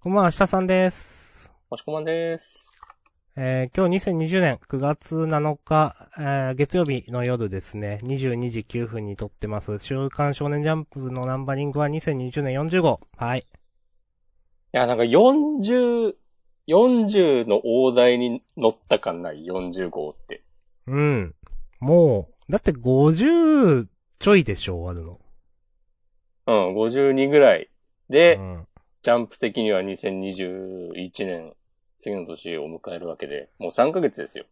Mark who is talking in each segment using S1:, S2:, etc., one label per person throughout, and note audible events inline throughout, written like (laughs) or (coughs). S1: こんばんは、明日さんです。
S2: もしこまんです。
S1: えー今日2020年9月7日、えー月曜日の夜ですね、22時9分に撮ってます。週刊少年ジャンプのナンバリングは2020年40号。はい。
S2: いや、なんか40、40の大台に乗った感ない、40号って。
S1: うん。もう、だって50ちょいでしょ、終わるの。
S2: うん、52ぐらい。で、
S1: うん、
S2: ジャンプ的には2021年、次の年を迎えるわけで、もう3ヶ月ですよ。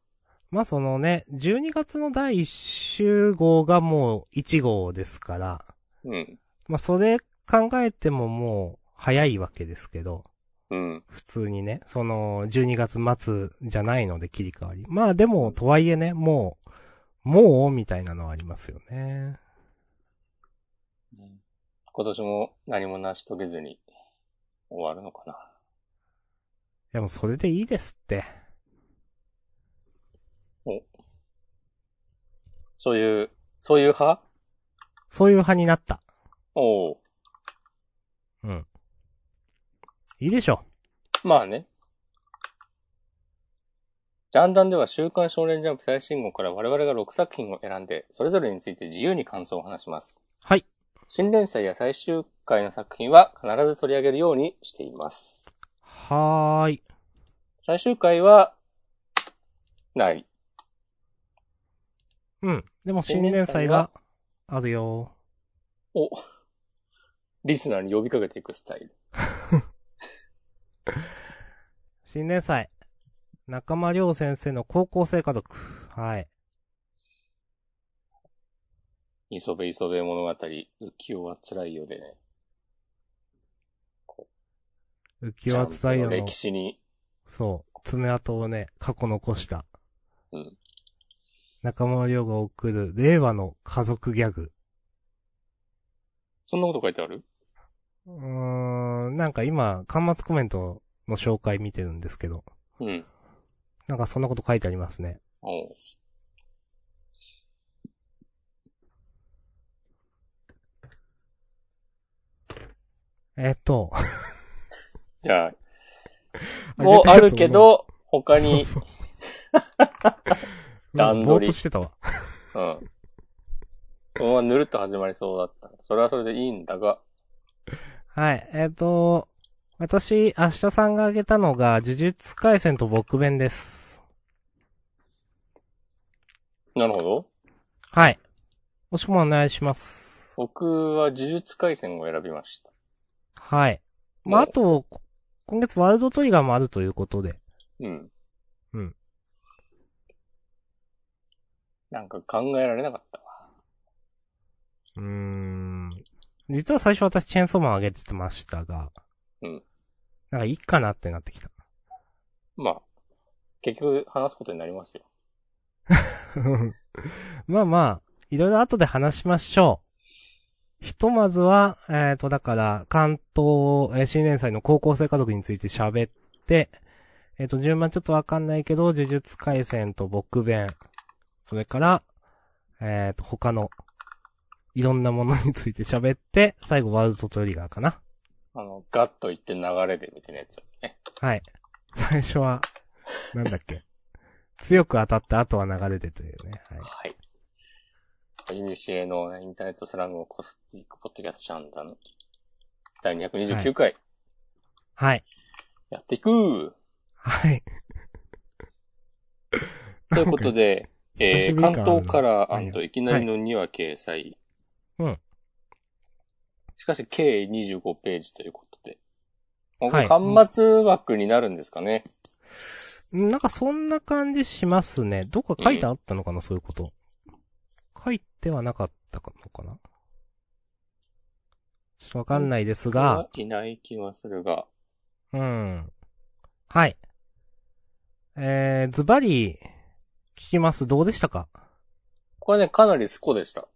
S1: まあそのね、12月の第1週号がもう1号ですから、
S2: うん。
S1: まあそれ考えてももう早いわけですけど。
S2: うん。
S1: 普通にね、その、12月末じゃないので切り替わり。まあでも、とはいえね、もう、もう、みたいなのはありますよね。
S2: 今年も何も成し遂げずに終わるのかな。
S1: でも、それでいいですって。
S2: そういう、そういう派
S1: そういう派になった。
S2: おう
S1: うん。いいでしょ。
S2: まあね。ジャンダンでは週刊少年ジャンプ最新号から我々が6作品を選んで、それぞれについて自由に感想を話します。
S1: はい。
S2: 新連載や最終回の作品は必ず取り上げるようにしています。
S1: はーい。
S2: 最終回は、ない。
S1: うん。でも、新年祭が、あるよ。
S2: お、リスナーに呼びかけていくスタイル。
S1: 新年祭。中間良先生の高校生家族。はい。
S2: 磯部磯部物語、浮世は辛いよでね。
S1: 浮世厚太陽
S2: ジャンプ
S1: の
S2: 歴、史に、
S1: そう、爪痕をね、過去残した。
S2: うん。
S1: 中村亮が送る令和の家族ギャグ。
S2: そんなこと書いてある
S1: うーん、なんか今、端末コメントの紹介見てるんですけど、
S2: うん。
S1: なんかそんなこと書いてありますね。
S2: おう
S1: えっ
S2: (laughs)
S1: と、
S2: じゃあ、もうあるけど、他に、
S1: そうそう、
S2: (laughs) 段取り
S1: ぼーっとしてたわ。
S2: うん。このままぬるっと始まりそうだった。それはそれでいいんだが、
S1: はい、えっと、私、明日さんが挙げたのが、呪術回戦と僕弁です。
S2: なるほど。
S1: はい。もしくもお願いします。
S2: 僕は呪術回戦を選びました。
S1: はい。まあ、
S2: お
S1: あと、こ今月ワールドトリガーもあるということで。
S2: うん。
S1: うん。
S2: なんか考えられなかったわ。
S1: うーん。実は最初私チェーンソーマン上げてましたが。
S2: うん。
S1: なんかいいかなってなってきた。 (laughs)
S2: まあ、結局話すことになりますよ。
S1: まあまあ、いろいろ後で話しましょう。ひとまずは、えっ、と、だから、関東、えー新年祭の高校生家族について喋って、えっ、と、順番ちょっとわかんないけど、呪術回戦と僕弁、それから、えっ、と、他の、いろんなものについて喋って、最後ワールドトリガーかな。
S2: あの、ガッと言って流れでみたいなやつだね。
S1: はい。 (laughs) 最初は、なんだっけ。強く当たった後は流れてというね。はい。
S2: はい。いにしえのねインターネットスラングをこすっていくポッドキャストシャンダン。第229回、
S1: はい。
S2: やっていく
S1: はい。
S2: ということで、えー、
S1: 久しぶり感あ
S2: 関
S1: るな
S2: 東カラ
S1: はいは
S2: ーいきなりの2は掲載。
S1: うん。
S2: しかし、計25ページということで。こ
S1: はい
S2: れ、端末枠になるんですかね。
S1: なんかそんな感じしますね。どこか書いてあったのかな、そういうこと。書いてはなかったのかなちょっとわかんないですが、
S2: いない気はするが。
S1: うん。はい。えー、ズバリ、聞きます。どうでしたか
S2: これね、かなりスコでした。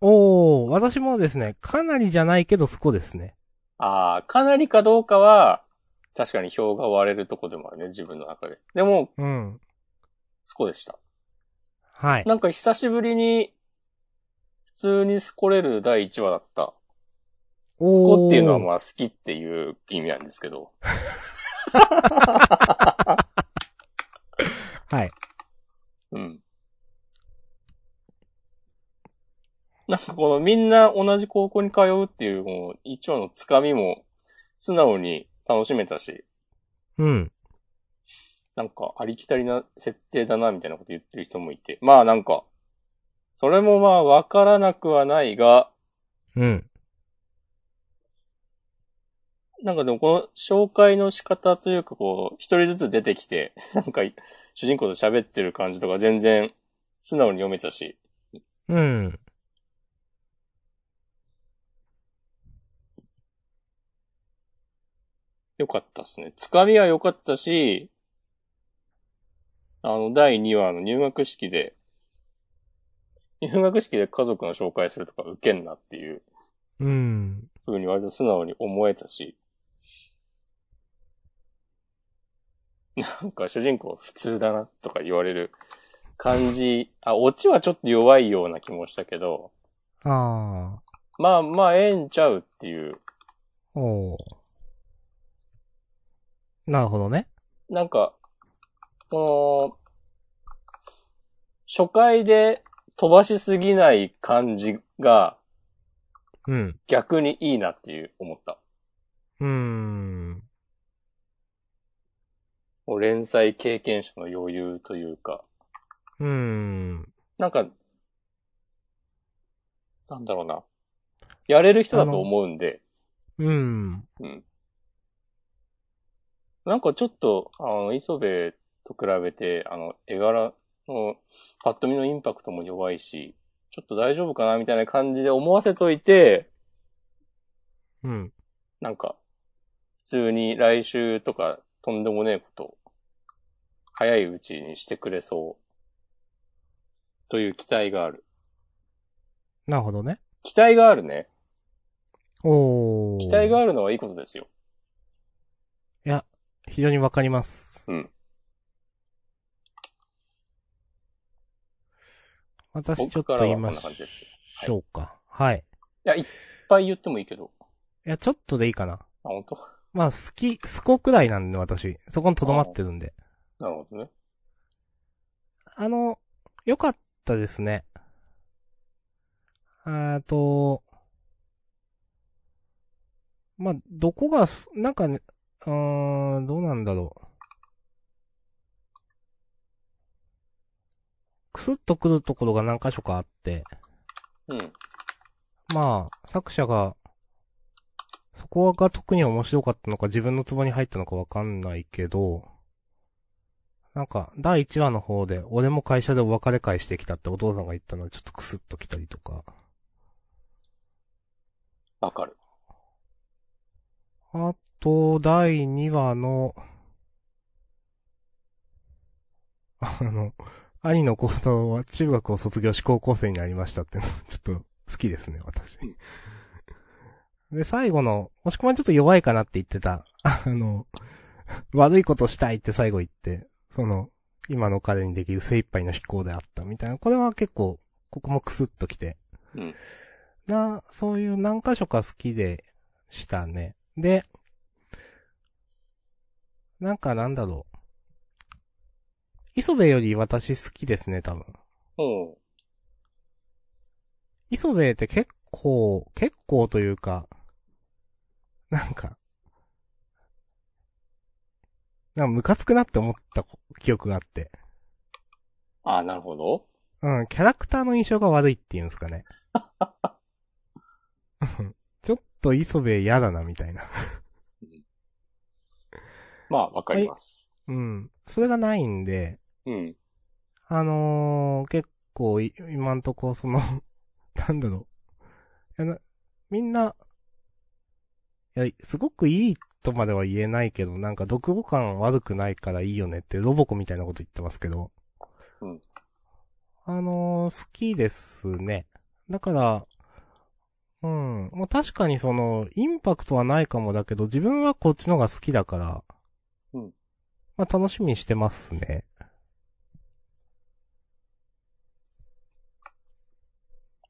S1: おー、私もですね、かなりじゃないけどスコですね。
S2: あー、かなりかどうかは、確かに票が割れるとこでもあるね、自分の中で。でも、
S1: うん。
S2: スコでした。
S1: はい。
S2: なんか久しぶりに、普通にスコれる第1話だった。
S1: お
S2: スコっていうのは
S1: う。
S2: まあ好きっていう意味なんですけど、
S1: はい。
S2: うん。なんかこのみんな同じ高校に通うっていう、この一応のつかみも素直に楽しめたし、
S1: うん。
S2: なんかありきたりな設定だなみたいなこと言ってる人もいて、まあなんか、それもまあわからなくはないが、
S1: うん。
S2: なんかでもこの紹介の仕方というかこう、一人ずつ出てきて、なんか主人公と喋ってる感じとか全然素直に読めたし、
S1: うん。
S2: 良かったっすね。つかみは良かったし、あの、第2話の入学式で、入学式で家族の紹介するとか受けんなっていう
S1: うん。
S2: 風に割と素直に思えたし、なんか主人公普通だなとか言われる感じ、あ、オチはちょっと弱いような気もしたけど、
S1: あ
S2: まあまあええんちゃうっていう
S1: あ。おーなるほどね。
S2: なんか、この、初回で飛ばしすぎない感じが
S1: うん。
S2: 逆にいいなっていう思った。
S1: うーん。
S2: もう連載経験者の余裕というか、
S1: うーん。
S2: なんか、なんだろうな。やれる人だと思うんで、
S1: うん。
S2: なんかちょっと、あの、磯部と比べて、あの、絵柄の、パッと見のインパクトも弱いし、ちょっと大丈夫かなみたいな感じで思わせといて、
S1: うん。
S2: なんか、普通に来週とかとんでもねえこと、早いうちにしてくれそう。という期待がある。
S1: なるほどね。
S2: 期待があるね。
S1: おー
S2: 期待があるのはいいことですよ。
S1: 非常にわかります。
S2: うん。
S1: 私ちょっ
S2: 僕か
S1: と
S2: ら
S1: 言
S2: はいこん
S1: ま
S2: な感じ
S1: し
S2: です。い
S1: ょうか。はい。
S2: や、いっぱい言ってもいいけど。あ、
S1: いや、ちょっとでいいかな。
S2: 本当
S1: まあ、好き、スコくらいなんで、私。そこに留まってるんで。
S2: なるほどね。
S1: あの、良かったですね。あーと、まあ、どこがす、なんかね、うーん、どうなんだろう。くすっとくるところが何箇所かあって、
S2: うん。
S1: まあ、作者が、そこが特に面白かったのか、自分のツボに入ったのかわかんないけど、なんか、第1話の方で、俺も会社でお別れ会してきたってお父さんが言ったので、ちょっとクスッと来たりとか、
S2: わかる。
S1: あと、第2話の、あの、兄の幸太郎は中学を卒業し高校生になりましたっていうの、ちょっと好きですね、私。で、最後の、もしくはちょっと弱いかなって言ってた、あの、悪いことしたいって最後言って、その、今の彼にできる精一杯の飛行であったみたいな、これは結構、ここもクスッときて、
S2: うん。
S1: な、そういう何箇所か好きでしたね。で、なんかなんだろう。磯部より私好きですね、多分。
S2: うん。
S1: 磯部って結構、結構というか、なんか、なんかムカつくなって思った記憶があって。
S2: あ、なるほど。
S1: うん、キャラクターの印象が悪いっていうんですかね。うんちょっと磯部嫌だな、みたいな。
S2: まあ、わかります。
S1: うん。それがないんで、
S2: うん。
S1: あのー、結構い、今んとこ、その、 (laughs) なんだろう。いやなみんな、いや、すごくいいとまでは言えないけど、なんか、読語感悪くないからいいよねって、ロボコみたいなこと言ってますけど。
S2: うん
S1: あのー、好きですね。だから、うん。もう確かにその、インパクトはないかもだけど、自分はこっちのが好きだから、
S2: うん。
S1: まあ、楽しみにしてますね。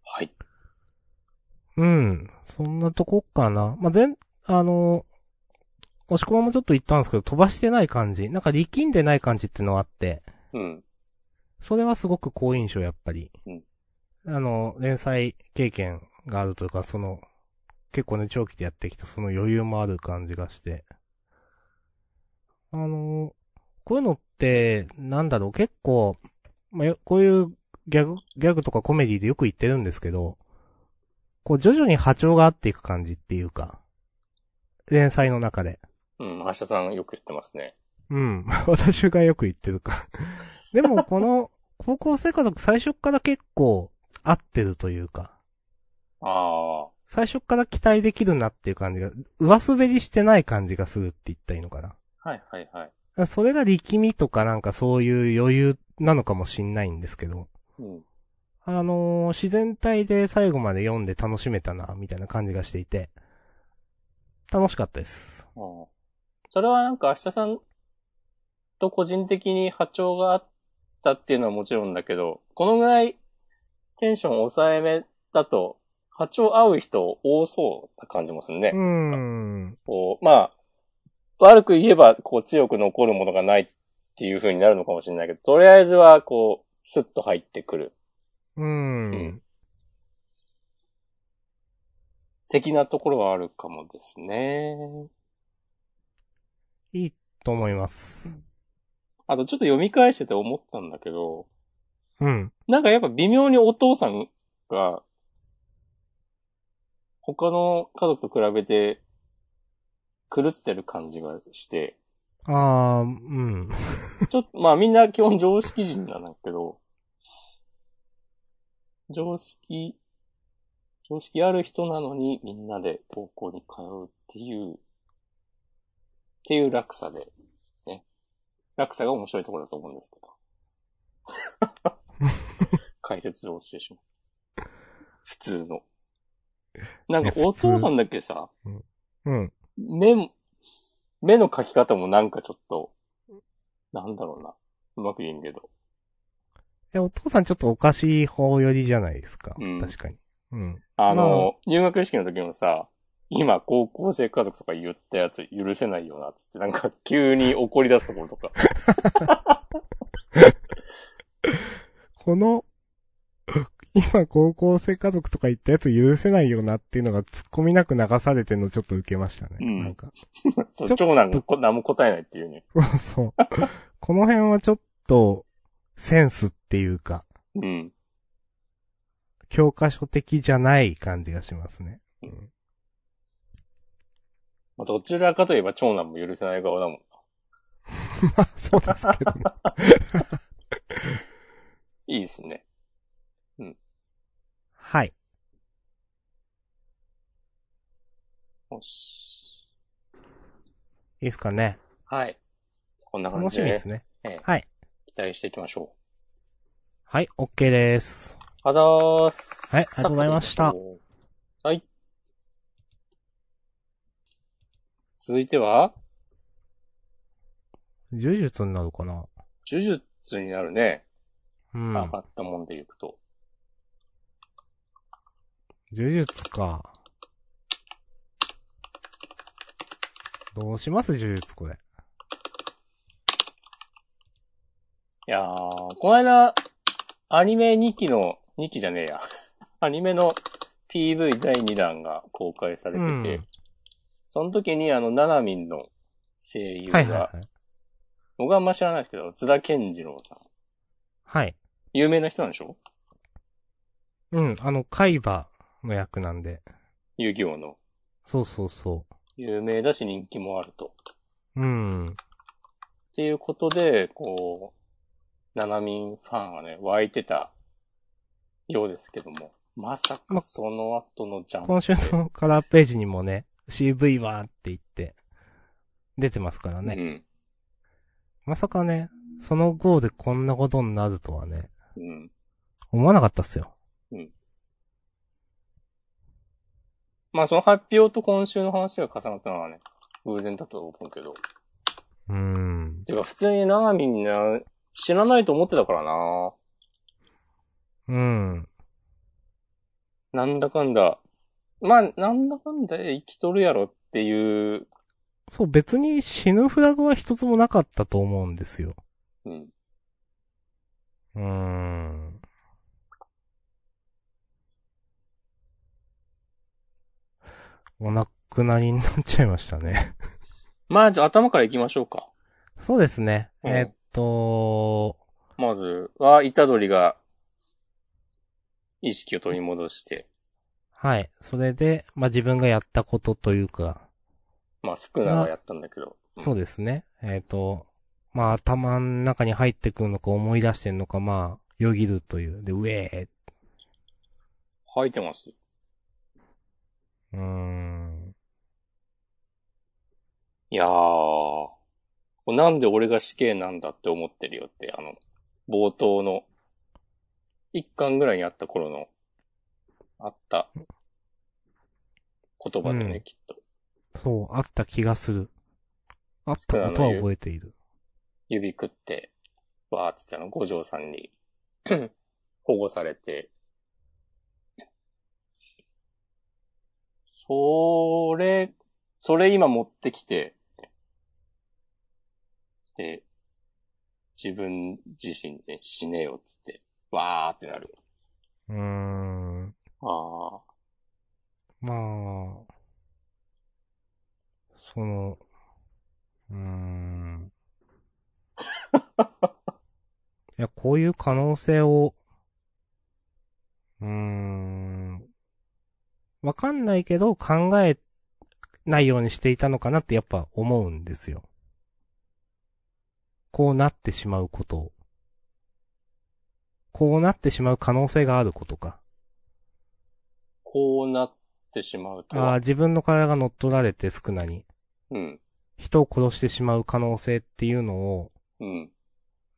S2: はい。
S1: うん。そんなとこかな。まあ、全、あの、押し込まもちょっと言ったんですけど、飛ばしてない感じ。なんか力んでない感じってのがあって、
S2: うん。
S1: それはすごく好印象、やっぱり。
S2: うん
S1: あの、連載経験があるというか、その、結構ね、長期でやってきた、その余裕もある感じがして。あの、こういうのって、なんだろう、結構、まあ、よこういうギャグ、ギャグとかコメディでよく言ってるんですけど、こう徐々に波長が合っていく感じっていうか、連載の中で。
S2: うん。橋田さんよく言ってますね。
S1: うん。 (laughs) 私がよく言ってるか。 (laughs) でも、この、高校生家族最初っから結構合ってるというか、
S2: ああ。
S1: 最初っから期待できるなっていう感じが、上滑りしてない感じがするって言ったらいいのか
S2: はいはいはい。
S1: な。それが力みとかなんかそういう余裕なのかもしんないんですけど、
S2: うん。
S1: あのー自然体で最後まで読んで楽しめたな、みたいな感じがしていて、楽しかったです。
S2: あーそれはなんか、明日さんと個人的に波長があったっていうのはもちろんだけど、このぐらいテンション抑えめだと、波長合う人多そうな感じもするね。
S1: うーん。
S2: こう、まあ、悪く言えば、こう、強く残るものがないっていう風になるのかもしれないけど、とりあえずは、こう、スッと入ってくる。
S1: うーん。
S2: うん的なところはあるかもですね。
S1: いいと思います。
S2: あと、ちょっと読み返してて思ったんだけど、
S1: うん。
S2: なんかやっぱ微妙にお父さんが、他の家族と比べて、狂ってる感じがして、
S1: あー、うん。
S2: ちょっと、まあみんな基本常識人なんだけど、常識、常識ある人なのにみんなで高校に通うっていう、っていう落差で、ね。落差が面白いところだと思うんですけど。
S1: (laughs)
S2: 解説をしてしまう。普通の。なんか
S1: いや
S2: お
S1: 普通
S2: 父さんだけさ、
S1: うん。
S2: 目も、目の描き方もなんかちょっと、なんだろうな。うまく言えんけど。
S1: え、お父さんちょっとおかしい方寄りじゃないですか。
S2: うん
S1: 確かに。うん。
S2: あの、入学式の時もさ、今高校生家族とか言ったやつ許せないよな、つってなんか急に怒り出すところ
S1: (laughs)
S2: とか。
S1: この、 (laughs) 今高校生家族とか言ったやつ許せないよなっていうのが突っ込みなく流されてるのちょっと受けましたね。
S2: うん
S1: なんか。 (laughs)
S2: そう
S1: ちょっと
S2: 長男がこ何も答えないっていうね。
S1: そう。この辺はちょっと、センスっていうか、
S2: うん。
S1: 教科書的じゃない感じがしますね。 (laughs)
S2: まあ、どちらかといえば長男も許せない側だもん。
S1: まあ、そうですけ
S2: (laughs)
S1: どね。
S2: いいですね。
S1: はい。
S2: よし。
S1: いいですかね。
S2: はい。こんな感
S1: 楽
S2: じ
S1: し
S2: で、
S1: み
S2: ね
S1: ですね。
S2: ええ
S1: はい。
S2: 期待していきましょう。
S1: はい、OK です。
S2: あざーす。
S1: はいありがとうございました
S2: サクサクいきましょう。はい。続いては、
S1: 柔術になるかな
S2: 呪術になるね。
S1: うん。
S2: 上がったもんでいくと。
S1: 呪術か。どうします呪術これ。
S2: いやー、この間、アニメ2期の、2期じゃねえや。 (laughs) アニメの PV 第2弾が公開されてて、
S1: うん
S2: その時にあの、ナナミンの声優
S1: はいはいは
S2: が、
S1: い。
S2: 僕はあんま知らないですけど、津田健次郎さん。
S1: はい。
S2: 有名な人なんでしょ
S1: うん、あの、海馬の役なんで。
S2: 遊戯王の。
S1: そうそうそ
S2: 有名だし人気もあると。
S1: う。うん。
S2: っていうことで、こう、ナナミンファンはね、湧いてたようですけども、まさか
S1: ま
S2: その後のジャンプで。
S1: 今週のカラーページにもね、CV はって言って、出てますからね。まさかね、その号でこんなことになるとはね、
S2: うん。うん。
S1: 思わなかったっすよ。
S2: まあその発表と今週の話が重なったのはね、偶然だと思うけど。
S1: うーん。
S2: てか普通にナナミンな、知らないと思ってたからな。
S1: うん。
S2: なんだかんだ、まあ、なんだかんだ生きとるやろっていう、
S1: そう、別に死ぬフラグは一つもなかったと思うんですよ。
S2: うん。
S1: うーん。お亡くなりになっちゃいましたね。
S2: まあ、じゃあ頭から行きましょうか。
S1: (laughs) そうですね。
S2: うん
S1: えっと、
S2: まずは、イタドリが、意識を取り戻して、
S1: はい。それで、まあ、自分がやったことというか、
S2: まあ、スクナがやったんだけど。
S1: そう
S2: で
S1: ですね。えっ、と、まあ、頭の中に入ってくるのか思い出してんのか、まあ、よぎるという。で、ウェー。
S2: す。吐いてます。
S1: うーん。
S2: いやー、これなんで俺が死刑なんだって思ってるよって、あの、冒頭の、一巻ぐらいにあった頃の、あった、言葉だよね、
S1: うん
S2: きっと。
S1: そう、あった気がする。あったことは覚えている。
S2: 指食って、わーっつってあの、五条さ
S1: (laughs)
S2: んに、保護されて、それ、それ今持ってきて、で、自分自身で死ねよっつって、わーってなる。
S1: うーん。
S2: ああ、
S1: まあ、その、うーん。いや、こういう可能性を、うーん。わかんないけど、考えないようにしていたのかなってやっぱ思うんですよ。こうなってしまうことを。こうなってしまう可能性があることか。
S2: こうなってしまうと
S1: ああ、
S2: は、
S1: 自分の体が乗っ取られて少なに、
S2: うん、
S1: 人を殺してしまう可能性っていうのを、
S2: うん、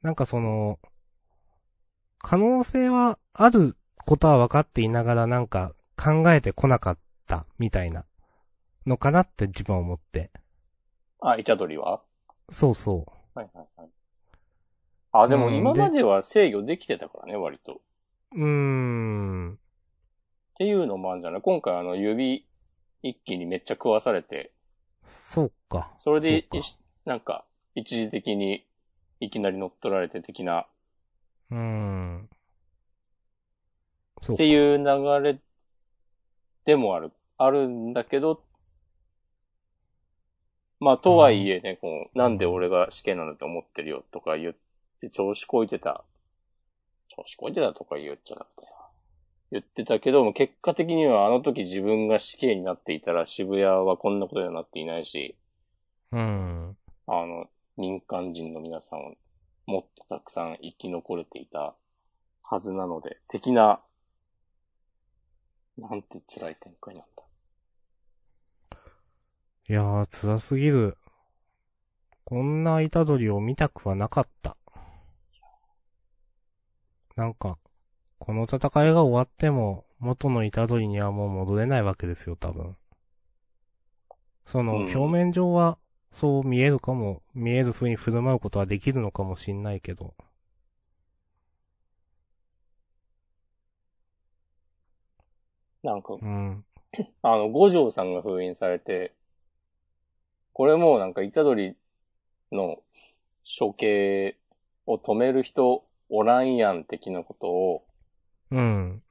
S1: なんかその、可能性はあることは分かっていながらなんか考えてこなかったみたいなのかなって自分は思って。
S2: あ、イタドリは
S1: そうそ
S2: はいはいはい。あ、でも
S1: うん
S2: 今
S1: で
S2: までは制御できてたからね、割と。
S1: う。うーん。
S2: っていうのもあるんじゃない今回あの指一気にめっちゃ食わされて、
S1: そうか。
S2: それで
S1: うか
S2: いしなんか一時的にいきなり乗っ取られて的な、
S1: うーん。そうか
S2: って。いう流れでもある、あるんだけど、まあとはいえね、こう、なんで俺が死刑なのって思ってるよとか言って調子こいてた、調子こいてたとか言っちゃダメだよ。言ってたけども、結果的にはあの時自分が死刑になっていたら渋谷はこんなことにはなっていないし、
S1: うん。
S2: あの、民間人の皆さんをもっとたくさん生き残れていたはずなので、的な、なんて辛い展開なんだ。
S1: いやー、辛すぎる。こんな虎取を見たくはなかった。なんか、この戦いが終わっても、元の虎取にはもう戻れないわけですよ、多分。その、
S2: うん
S1: 表面上は、そう見えるかも、見える風に振る舞うことはできるのかもしんないけど。
S2: なんか、
S1: うん。
S2: あの、五条さんが封印されて、これもうなんか、虎取の処刑を止める人おらんやん的なことを、
S1: うん。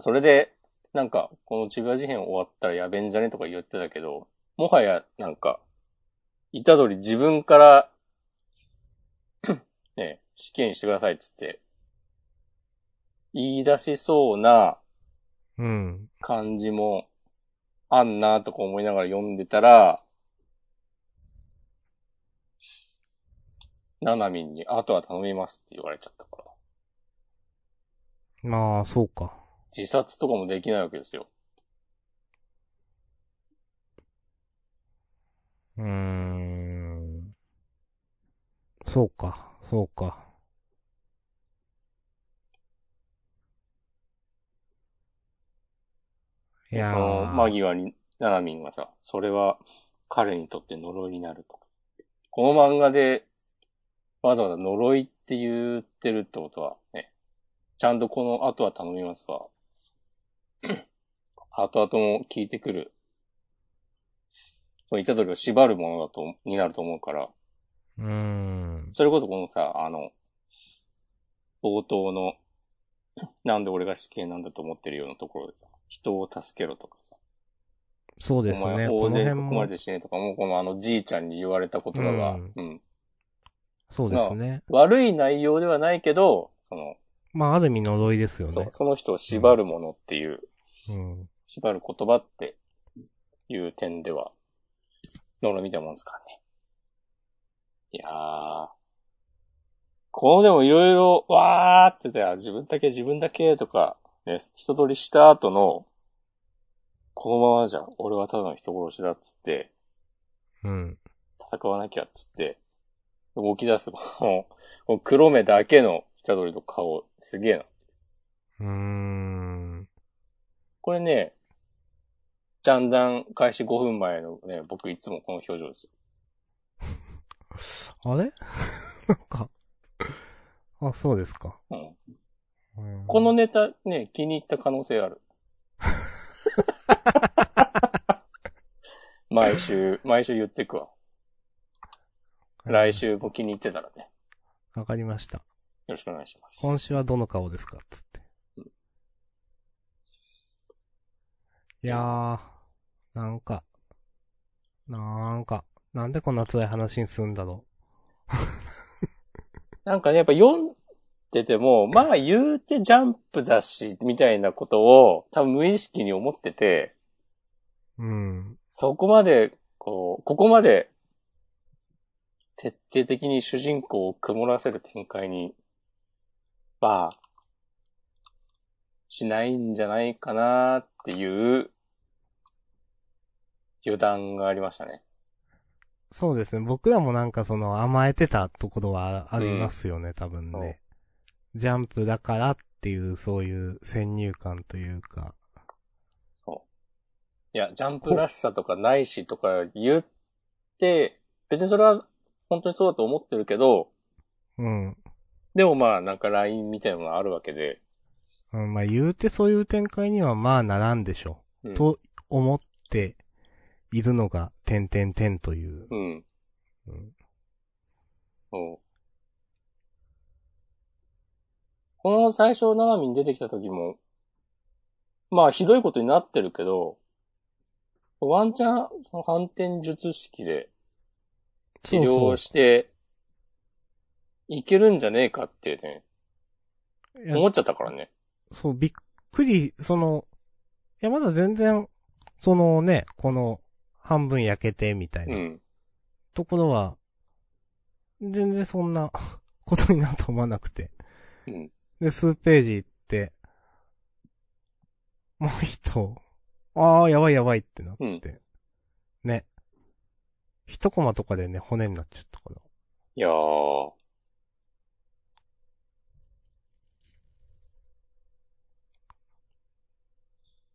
S2: それで、なんか、このちぐは事変終わったらやべんじゃねとか言ってたけど、もはや、なんか、いたどり自分から、 (clears throat) ね、試験してくださいっつって、言い出しそうな
S1: うん。
S2: 感じもあんなとか思いながら読んでたら、ななみんに、あとは頼みますって言われちゃったから。
S1: まあ、そうか。
S2: 自殺とかもできないわけですよ。
S1: うーん。そうか、そうか。いや
S2: その
S1: ー、
S2: 間際に、ナナミンがさ、それは彼にとって呪いになると。この漫画で、わざわざ呪いって言ってる
S1: (clears throat)
S2: ってことはね、ちゃんとこの後は頼みますわ。後々も効いてくる。そう言った通りを縛るものだと、になると思うから、
S1: うーん。
S2: それこそこのさ、あの、冒頭の、なんで俺が死刑なんだと思ってるようなところでさ、人を助けろとかさ、
S1: そうです
S2: お前
S1: ね。
S2: は
S1: この
S2: 大勢に
S1: 辺
S2: 囲ま
S1: も。
S2: れて死ねとかも、このあのじいちゃんに言われた言葉が、
S1: うん
S2: うん、
S1: そうですね。
S2: 悪い内容ではないけど、その、
S1: まあ、ある意味呪いですよ
S2: そ
S1: ね
S2: う。その人を縛るものっていう、
S1: うん。
S2: 縛る言葉っていう点では、どの見たもんですかね。いやー。このでもいろいろ、わーって言って、あ自分だけ自分だけとか、ね、一通りした後の、このままじゃ、俺はただの人殺しだっつって、
S1: うん。
S2: 戦わなきゃっつって、動き出す、こ (laughs) の、この黒目だけの下取りの顔、すげえな。
S1: うーん。
S2: これね、ジャンダン開始5分前のね、僕いつもこの表情です。
S1: あれ (laughs) なんか。あ、そうですか。
S2: うん
S1: うん
S2: このネタね、気に入った可能性あ
S1: (laughs)
S2: る。毎週、毎週言ってくわ。来。週も気に入ってたらね、
S1: わかりました。
S2: よろしくお願いします。
S1: 今週はどの顔ですかつって。いやー、なんか、なんか、なんでこんな辛い話にするんだろ
S2: なんかね、やっぱ読んでても、まあ言うてジャンプだし、みたいなことを、多分無意識に思ってて、
S1: う。うん。
S2: そこまで、こう、ここまで、徹底的に主人公を曇らせる展開に、は、しないんじゃないかなっていう、予断がありましたね。
S1: そうですね。僕らもなんかその甘えてたところはあありますよね、多分ね。ジャンプだからっていう、そういう先入観というか。
S2: いや、ジャンプらしさとかないしとか言って、別にそれは本当にそうだと思ってるけど、
S1: うん。
S2: でもまあなんか LINE みたいなのがあるわけで、
S1: うん、まあ言うてそういう展開にはまあならんでしょう。
S2: うん
S1: と思っているのが、てんてんてんという。
S2: うん。
S1: うん
S2: そう。この最初、ナナミに出てきた時も、まあ、ひどいことになってるけど、ワンチャン、その反転術式で治
S1: そうそう
S2: 療して、いけるんじゃねえかってね、
S1: いや
S2: 思っちゃったからね。。
S1: そう、びっくり、その、いや、まだ全然、そのね、この、半分焼けて、みたいうなんところは、全然そんな (laughs) ことになると思わなくて。
S2: うん。
S1: で、数ページ行って、もう人、ああ、やばいやばいってなって。
S2: うん
S1: ね。一コマとかでね、骨になっちゃったから。
S2: いやー。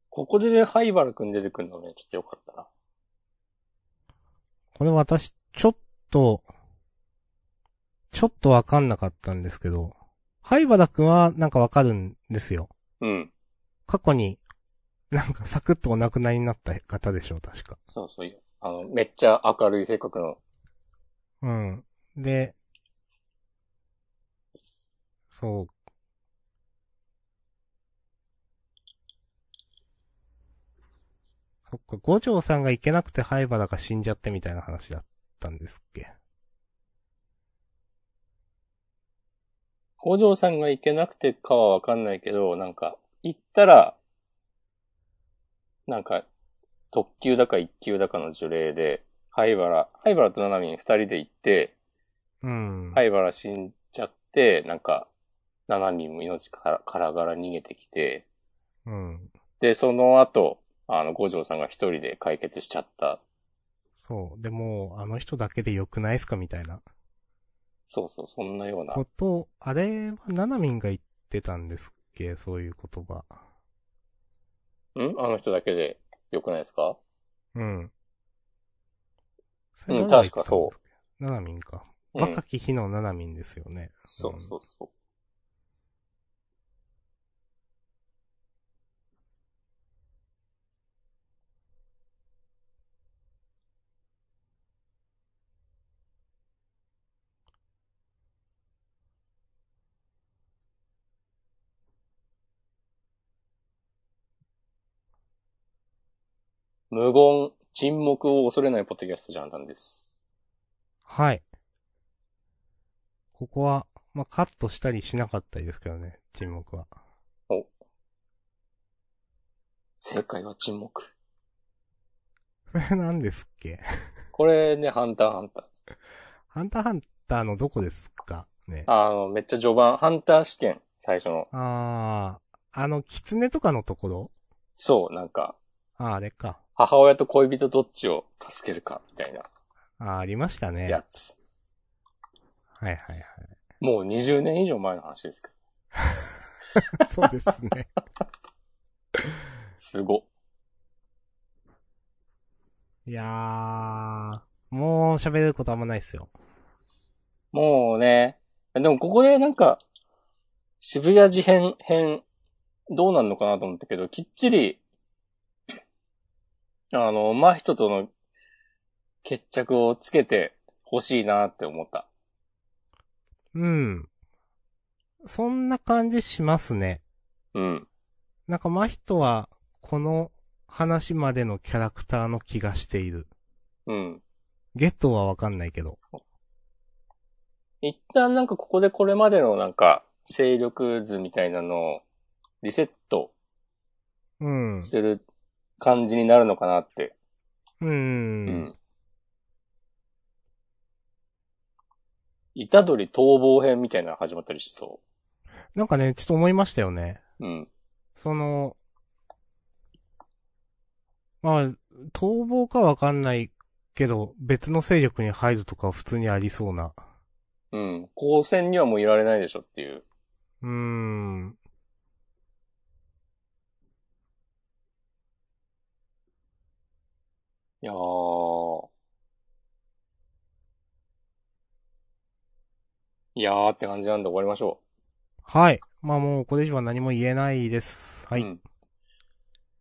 S2: ここでね、灰原くん出てくるのね、ちょっとよかったな。
S1: これ私、ちょっと、ちょっとわかんなかったんですけど、灰原くんはなんかわかるんですよ。
S2: うん。
S1: 過去に、なんかサクッとお亡くなりになった方でしょう、確か。
S2: そうそういう。あの、めっちゃ明るい性格の。
S1: うん。で、そう。そっか、五条さんが行けなくて灰原が死んじゃってみたいな話だったんですっけ。
S2: 五条さんが行けなくてかはわかんないけど、なんか、行ったら、なんか、特級だか一級だかの呪霊で、灰原、灰原と七海二人で行って、
S1: うん。い。
S2: 灰原死んじゃって、なんか、七海も命からからがら逃げてきて、
S1: うん。
S2: で、その後、あの、五条さんが一人で解決しちゃった。
S1: そう。でも、あの人だけで良くないっすかみたいな
S2: そうそう、そんなような。
S1: こと、あれはナナミンが言ってたんですっけそういう言葉。
S2: んあの人だけで良くないですか
S1: うん。そ。
S2: うん確かそう
S1: ナナミンか。
S2: うん
S1: 若き日のナナミンですよね。
S2: そうそうそう。無言、沈黙を恐れないポッドキャストジャンダンです。
S1: はい。ここは、まあ、カットしたりしなかったりですけどね、沈黙は。 (laughs)
S2: 正解は沈黙。
S1: これ何ですっけ
S2: これね、ハンターハンター。
S1: ハンターハンターのどこですかね。
S2: あの、めっちゃ序盤、ハンター試験、最初の。
S1: あー、あの、狐とかのところ
S2: そう、なんか、
S1: あー、あれか。
S2: 母親と恋人どっちを助けるか、みたいな
S1: あー、ありましたね。
S2: やつ。
S1: はいはいはい。
S2: もう20年以上前の話ですけど。
S1: (laughs) そうですね。
S2: すご。
S1: いやー、もう喋れることあんまないっすよ。
S2: もうね。でもここでなんか、渋谷事変編、どうなんのかなと思ったけど、きっちり、あの、真人との決着をつけて欲しいなって思った。
S1: うん。そんな感じしますね。
S2: うん。
S1: なんか、真人は、この話までのキャラクターの気がしている。
S2: うん。
S1: ゲットはわかんないけど。
S2: 一旦なんかここでこれまでのなんか、勢力図みたいなのをリセット
S1: うん。う
S2: する感じになるのかなって。
S1: ー。
S2: うんん。虎取逃亡編みたいなの始まったりしそう。
S1: なんかね、ちょっと思いましたよね。
S2: うん。
S1: その、まあ、逃亡かわかんないけど、別の勢力に入るとかは普通にありそうな。
S2: うん。高専にはもういられないでしょっていう。
S1: うーん。
S2: いやー。いやーって感じなんで終わりましょ
S1: はい。まあもうこれ以上は何も言えないです。
S2: う。
S1: はい。
S2: うん。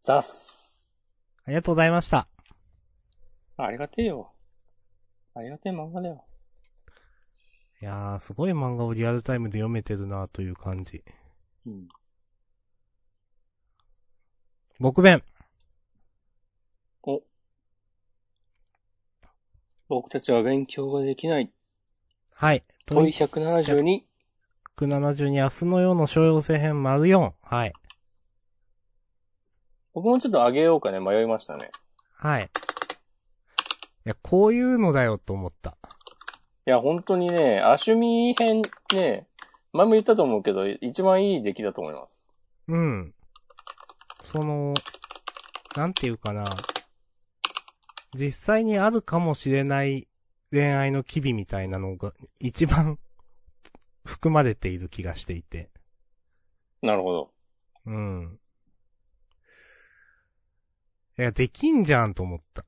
S2: ザッス。
S1: ありがとうございました。
S2: ありがてえよ。ありがてえ漫画だよ。
S1: いやー、すごい漫画をリアルタイムで読めてるなという感じ。
S2: うん。
S1: 僕弁。
S2: 僕たちは勉強ができない。
S1: はい。
S2: 問い172。
S1: 172明日のようの商用性編丸4。はい。
S2: 僕もちょっと上げようかね、迷いましたね。
S1: はい。いや、こういうのだよと思った。
S2: いや、本当にね、アシュミ編ね、前も言ったと思うけど、一番いい出来だと思います。
S1: うん。その、なんていうかな。実際にあるかもしれない恋愛の機微みたいなのが一番 (laughs) 含まれている気がしていて。
S2: なるほど。
S1: うん。いや、できんじゃんと思った。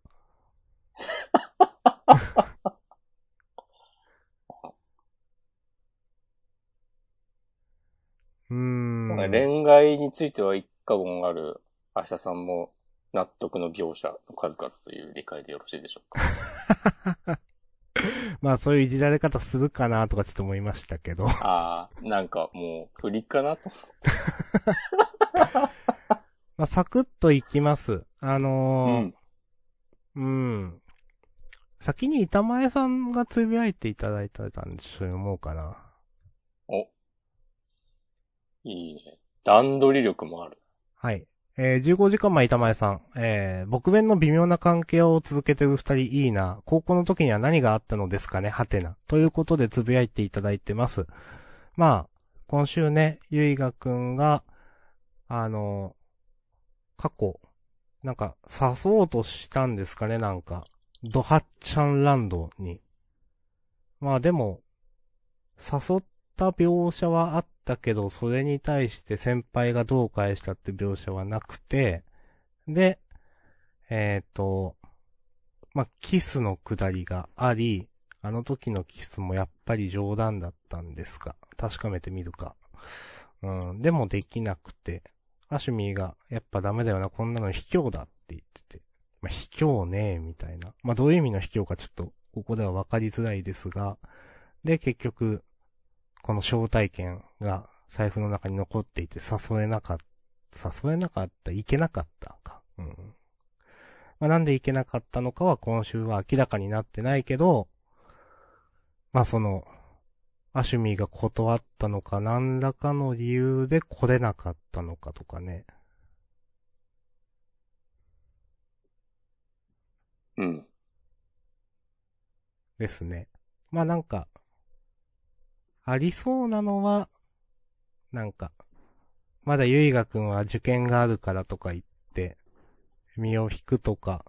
S1: うーん。
S2: 恋愛については一過言ある、明日さんも納得の描写の数々という理解でよろしいでしょうか。 (laughs)
S1: まあそういういじられ方するかなとかちょっと思いましたけど。 (laughs)
S2: ああ、なんかもう、振りかなと。
S1: まあサクッといきます。あの。ー、うん、先に板前さんがつぶやいていただいたんで、それ思うかな。
S2: いいね。段取り力もある。
S1: はい。えー15時間前板前さん。えー、僕弁の微妙な関係を続けてる二人いいな。高校の時には何があったのですかねはてな。ということでつぶやいていただいてます。まあ、今週ね、ゆいがくんが、あの、過去、なんか、刺そうとしたんですかねなんか、ドハッチャンランドに。まあでも、誘った描写はあったけど、それに対して先輩がどう返したって描写はなくて、で、えっ、と、まあ、キスのくだりがあり、あの時のキスもやっぱり冗談だったんですか確かめてみるか。うん、でもできなくて、アシュミーが、やっぱダメだよな、こんなの卑怯だって言ってて。まあ、卑怯ねえ、みたいな。まあ、どういう意味の卑怯かちょっと、ここではわかりづらいですが、で、結局、この招待券が財布の中に残っていて誘えなかった、誘えなかった、行けなかったか。うん。まあ、なんで行けなかったのかは今週は明らかになってないけど、まあその、アシュミーが断ったのか、何らかの理由で来れなかったのかとかね。
S2: うん。
S1: ですね。まあなんか、ありそうなのは、なんか、まだゆいがくんは受験があるからとか言って、身を引くとか、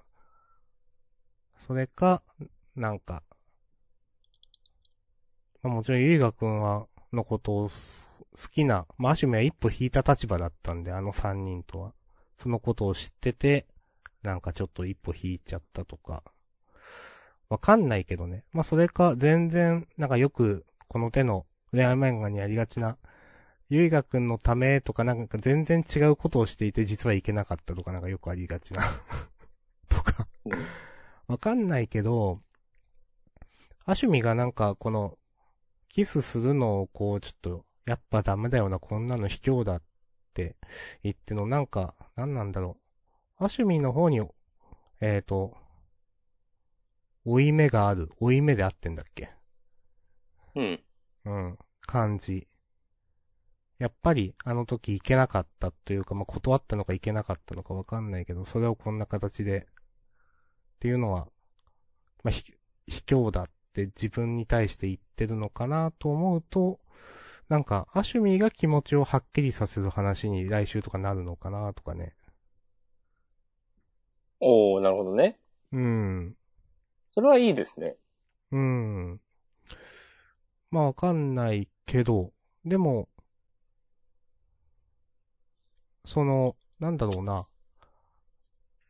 S1: それか、なんか、まあもちろんゆいがくんは、のことをす好きな、まあアシュミは一歩引いた立場だったんで、あの三人とは。そのことを知ってて、なんかちょっと一歩引いちゃったとか。わかんないけどね。まあ、それか、全然、なんかよく、この手の恋愛漫画にありがちな、ゆいがくんのためとか、なんか全然違うことをしていて、実はいけなかったとか、なんかよくありがちな、 (laughs) とか
S2: うん。
S1: わかんないけど、アシュミがなんか、この、キスするのをこう、ちょっと、やっぱダメだよな、こんなの卑怯だって言っての、なんか、なんなんだろう。アシュミの方に、えっ、と、追い目がある。追い目で合ってんだっけ
S2: うん。
S1: うん。感じ。やっぱり、あの時行けなかったというか、まあ、断ったのか行けなかったのかわかんないけど、それをこんな形で、っていうのは、まあ、ひ卑怯だって自分に対して言ってるのかなと思うと、なんか、アシュミーが気持ちをはっきりさせる話に来週とかなるのかなとかね。
S2: おー、なるほどね。
S1: うん。
S2: それはいいですね。
S1: うん。まあわかんないけど、でも、その、なんだろうな。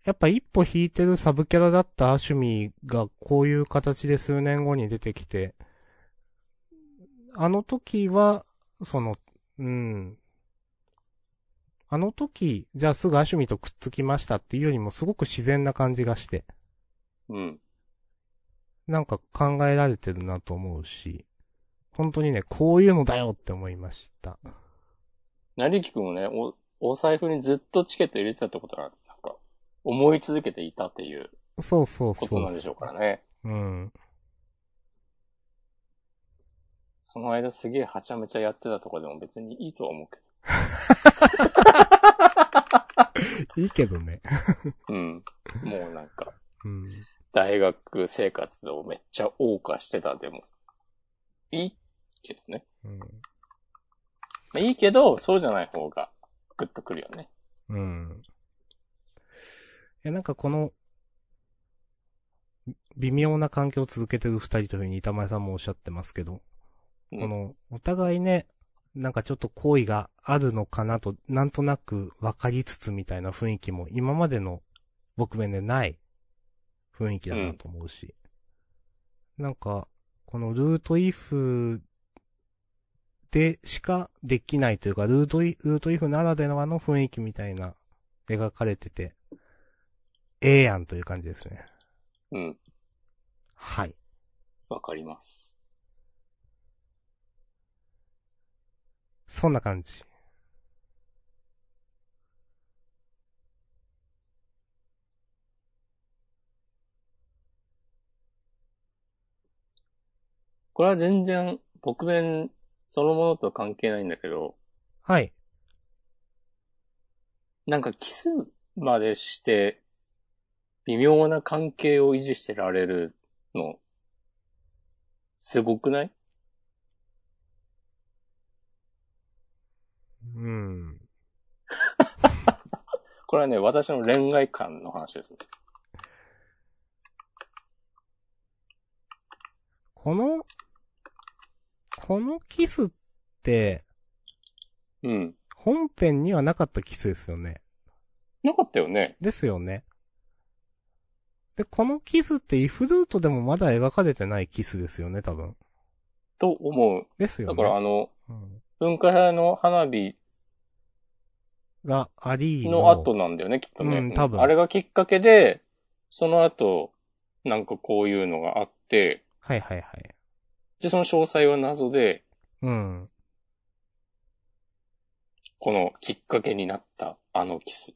S1: やっぱ一歩引いてるサブキャラだったアシュミがこういう形で数年後に出てきて、あの時は、その、うん。あの時、じゃあすぐアシュミとくっつきましたっていうよりもすごく自然な感じがして。
S2: うん。
S1: なんか考えられてるなと思うし、本当にね、こういうのだよって思いました。
S2: 成木くんもね、お、お財布にずっとチケット入れてたってことは、なんか、思い続けていたっていう
S1: そうそうそ
S2: こ
S1: う。
S2: となんでしょうからね。
S1: うん。
S2: その間すげえはちゃめちゃやってたとかでも別にいいとは思うけ
S1: いいけどね。
S2: ど。うん。もうなんか、 (laughs)
S1: うん。
S2: 大学生活をめっちゃ謳歌してたでも、いいけどね。
S1: うん。
S2: いいけど、そうじゃない方が、グッとくるよね。
S1: うん。いや、なんかこの、微妙な環境を続けてる二人というふうに板前さんもおっしゃってますけど、
S2: うん
S1: この、お互いね、なんかちょっと好意があるのかなと、なんとなく分かりつつみたいな雰囲気も今までの僕面でない雰囲気だなと思うし。なんか、このルートイフでしかできないというか、ルートイルートイフならではの雰囲気みたいな描かれてて、ええやんという感じですね。
S2: うん。
S1: はい。
S2: わかります。
S1: そんな感じ。
S2: これは全然、僕弁そのものとは関係ないんだけど、
S1: はい。
S2: なんかキスまでして、微妙な関係を維持してられるの、すごくない
S1: うん。
S2: これはね、私の恋愛観の話ですね。
S1: この、このキスって、
S2: うん。
S1: 本編にはなかったキスですよね。
S2: なかったよね。
S1: ですよね。で、このキスってイフルートでもまだ描かれてないキスですよね、多分。
S2: と思う。
S1: ですよ
S2: だ
S1: ね。
S2: からあの、
S1: うん
S2: 文化祭の花火
S1: が、アリーの。
S2: の後なんだよね、きっとね。
S1: うん多分
S2: あれがきっかけで、その後、なんかこういうのがあって、
S1: はいはいはい。
S2: で、その詳細は謎で、
S1: うん。
S2: このきっかけになったあのキス。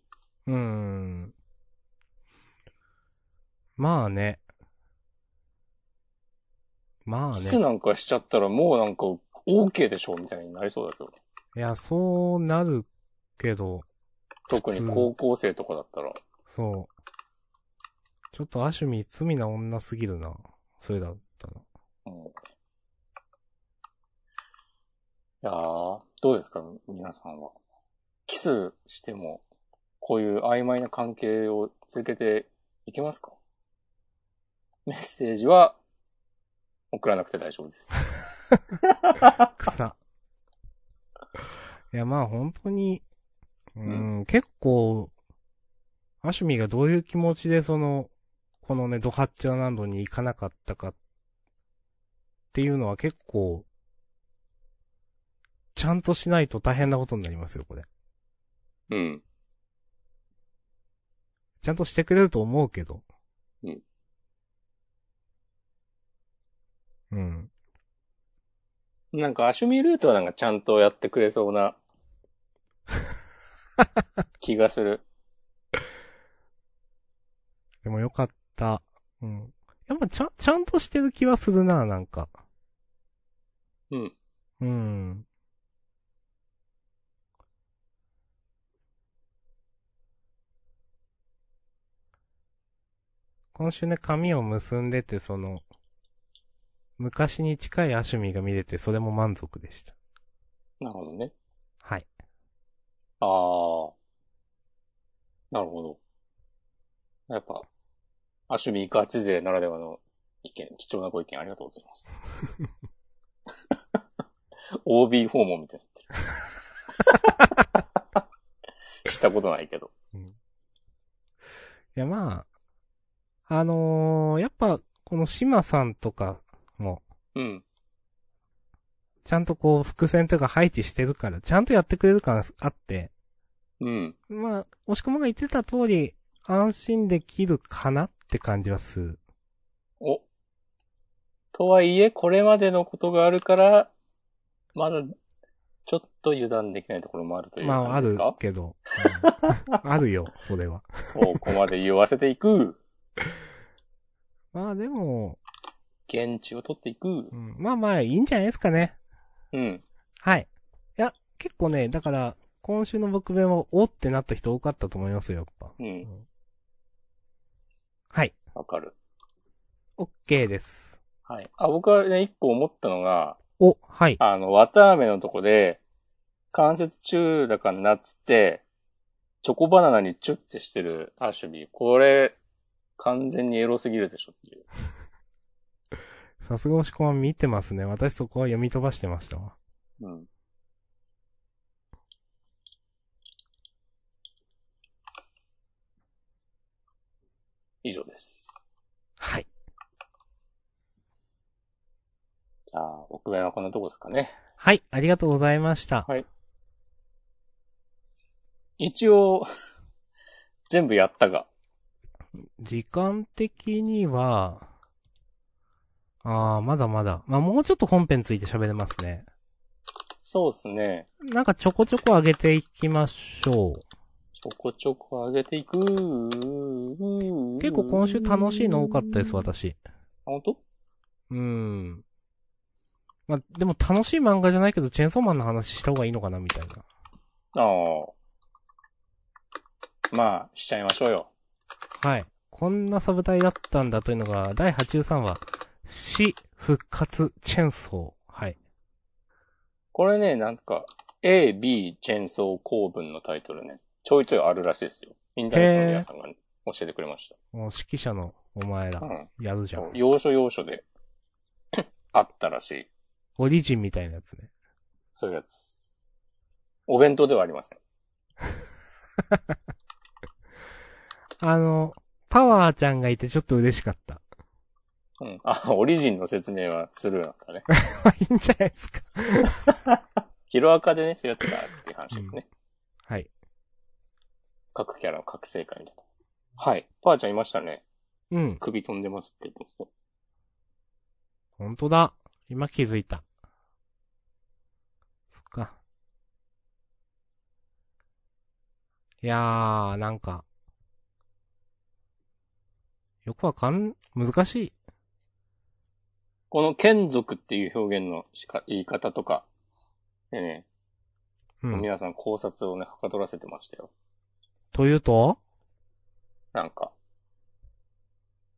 S1: うん。まあね。まあ
S2: キス
S1: ね。
S2: なんかしちゃったらもうなんか OK でしょみたいになりそうだけど。
S1: いや、そうなるけど、
S2: 特に高校生とかだったら。
S1: そう。ちょっとアシュミ罪な女すぎるな。それだったら。
S2: うん、いやー、どうですか皆さんは。キスしても、こういう曖昧な関係を続けていけますかメッセージは、送らなくて大丈夫です。
S1: 草。いや、まあ本当に、うん、
S2: う
S1: 結構、アシュミがどういう気持ちでその、このね、ドハッチャーランドに行かなかったかっていうのは結構、ちゃんとしないと大変なことになりますよ、これ。
S2: うん。
S1: ちゃんとしてくれると思うけど。
S2: うん。
S1: うん。
S2: なんか、アシュミルートはなんかちゃんとやってくれそうな気がする。
S1: でもよかった。うん。やっぱちゃん、ちゃんとしてる気はするな、なんか。
S2: うん。
S1: うん。今週ね、髪を結んでて、その、昔に近いアシュミが見れて、それも満足でした。
S2: なるほどね。
S1: はい。
S2: ああ。なるほど。やっぱ、アシュミガチ勢ならではの意見、貴重なご意見ありがとうござい
S1: (laughs)
S2: ます。OB 訪問みたいにな
S1: (laughs)
S2: ってる。したことないけど。
S1: いや、まあ、あのー、やっぱ、この島さんとかも、
S2: うん。
S1: ちゃんとこう、伏線というか配置してるから、ちゃんとやってくれる感あって、
S2: うん。
S1: まあ、押し込まが言ってた通り、安心できるかなって感じはする。
S2: お。とはいえ、これまでのことがあるから、まだ、ちょっと油断できないところもあるという
S1: まあ、あ
S2: 感じです
S1: る
S2: か、
S1: けど。うん (laughs) あるよ、それは。
S2: ここまで言わせていく。
S1: まあでも、
S2: 現地を取っていく
S1: う。んまあまあ、いいんじゃないですかね。
S2: うん。
S1: はい。いや、結構ね、だから、今週の僕弁は、おってなった人多かったと思いますよ、やっぱ。
S2: う
S1: うん
S2: ん。
S1: はい。
S2: わかる。
S1: オッケーです。
S2: はい。あ、僕はね、一個思ったのが、
S1: お、はい。
S2: あの、綿飴のとこで、関節中だからなっつって、チョコバナナにチュッてしてるアシュビー。これ、完全にエロすぎるでしょっていう。
S1: さすが押し込まん見てますね。私そこは読み飛ばしてましたわ。
S2: うん。以上です。
S1: はい。
S2: じゃあ、奥面はこんなとこですかね。
S1: はい、ありがとうございました。
S2: はい一応、 (laughs) 全部やったが。
S1: 時間的には、ああ、まだまだ。まあもうちょっと本編ついて喋れますね。
S2: そうですね。
S1: なんかちょこちょこ上げていきましょ
S2: ちょこちょこ上げていく。
S1: う。
S2: 結
S1: 結構今週楽しいの多かったです、。私。
S2: 本当
S1: うん。まあ、でも楽しい漫画じゃないけど、チェーンソーマンの話した方がいいのかな、みたいな。
S2: ああ。まあ、しちゃいましょうよ。
S1: はい。こんなサブ隊だったんだというのが、第83話、死、復活、チェーンソー。はい。
S2: これね、なんか、A、B、チェーンソー公文のタイトルね、ちょいちょいあるらしいですよ。インターネットの皆さんがね、教えてくれまし
S1: もう指揮者のお前
S2: た。
S1: ら、
S2: うん。
S1: やるじゃん。
S2: 要所要所で、 (coughs) あったらしい。
S1: オリジンみたいなやつね。
S2: そういうやつ。お弁当ではありません。
S1: あの、パワーちゃんがいてちょっと嬉しかった。 (laughs)
S2: うん。あ、オリジンの説明はするなんだね。
S1: まあいいんじゃないですか。
S2: ヒロアカでね、そういうやつがあるっていう話ですね。
S1: はい。
S2: 各キャラの覚醒会みたいな。はい。パーちゃんいましたね。
S1: うん。
S2: 首飛んでますって言って。
S1: ほんとだ。今気づいた。そっか。いやー、なんか。よくわかん、難しい。
S2: この剣族っていう表現のしか言い方とか、でね、
S1: うん。
S2: 皆さん考察をね、はかどらせてましたよ。
S1: というと
S2: なんか、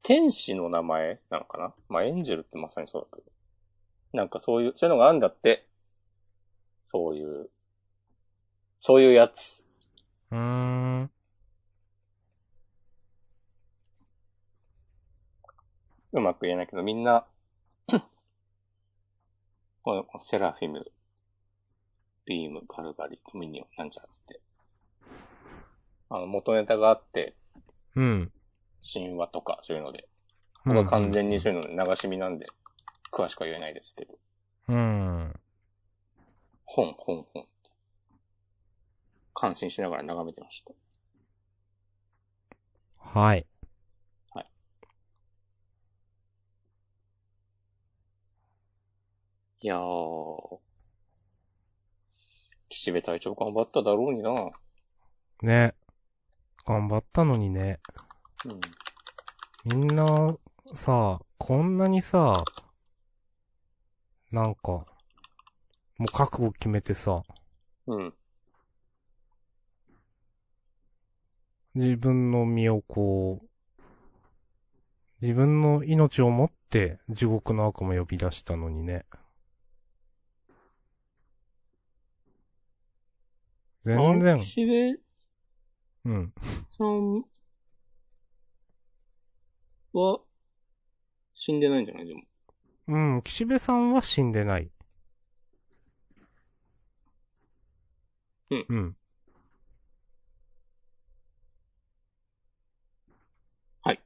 S2: 天使の名前なのかなまあ、エンジェルってまさにそうだけど。なんかそういう、そういうのがあるんだって。そういう、そういうやつ。
S1: うーん。
S2: うまく言えないけど、みんな、 (coughs) このこのセラフィム、ビーム、カルバリ、ドミニオン、なんちゃらつって。あの、元ネタがあって、
S1: うん。
S2: 神話とか、そういうので。僕は完全にそういうの流し見なんで、詳しくは言えないですけど。
S1: うん。うん。
S2: 本、本、本って。感心しながら眺めてました。
S1: はい。
S2: はい。いやー。岸辺隊長頑張っただろうにな。う
S1: ね。頑張ったのにね。
S2: ん。
S1: みんな、さ、こんなにさ、なんか、もう覚悟決めてさ、
S2: うん。
S1: 自分の身をこう、自分の命をもって地獄の悪魔呼び出したのにね。全
S2: あれ
S1: 然、
S2: 岸辺
S1: うん。
S2: さんは死んでないんじゃないでも。
S1: うん、岸辺さんは死んでない。
S2: うん
S1: うん。
S2: はい。
S1: (laughs)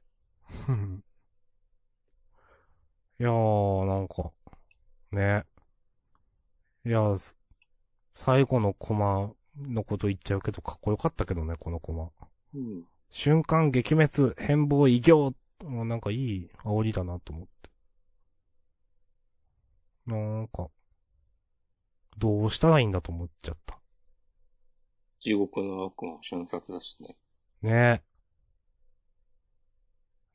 S1: いやー、なんか、ね。いやー、す最後のコマのこと言っちゃうけど、かっこよかったけどね、このコマ。
S2: うん。
S1: 瞬間撃滅、変貌、異形。もうなんかいい煽りだなと思って。なんか、どうしたらいいんだと思っちゃった。
S2: 地獄の悪魔瞬殺だしね。
S1: ね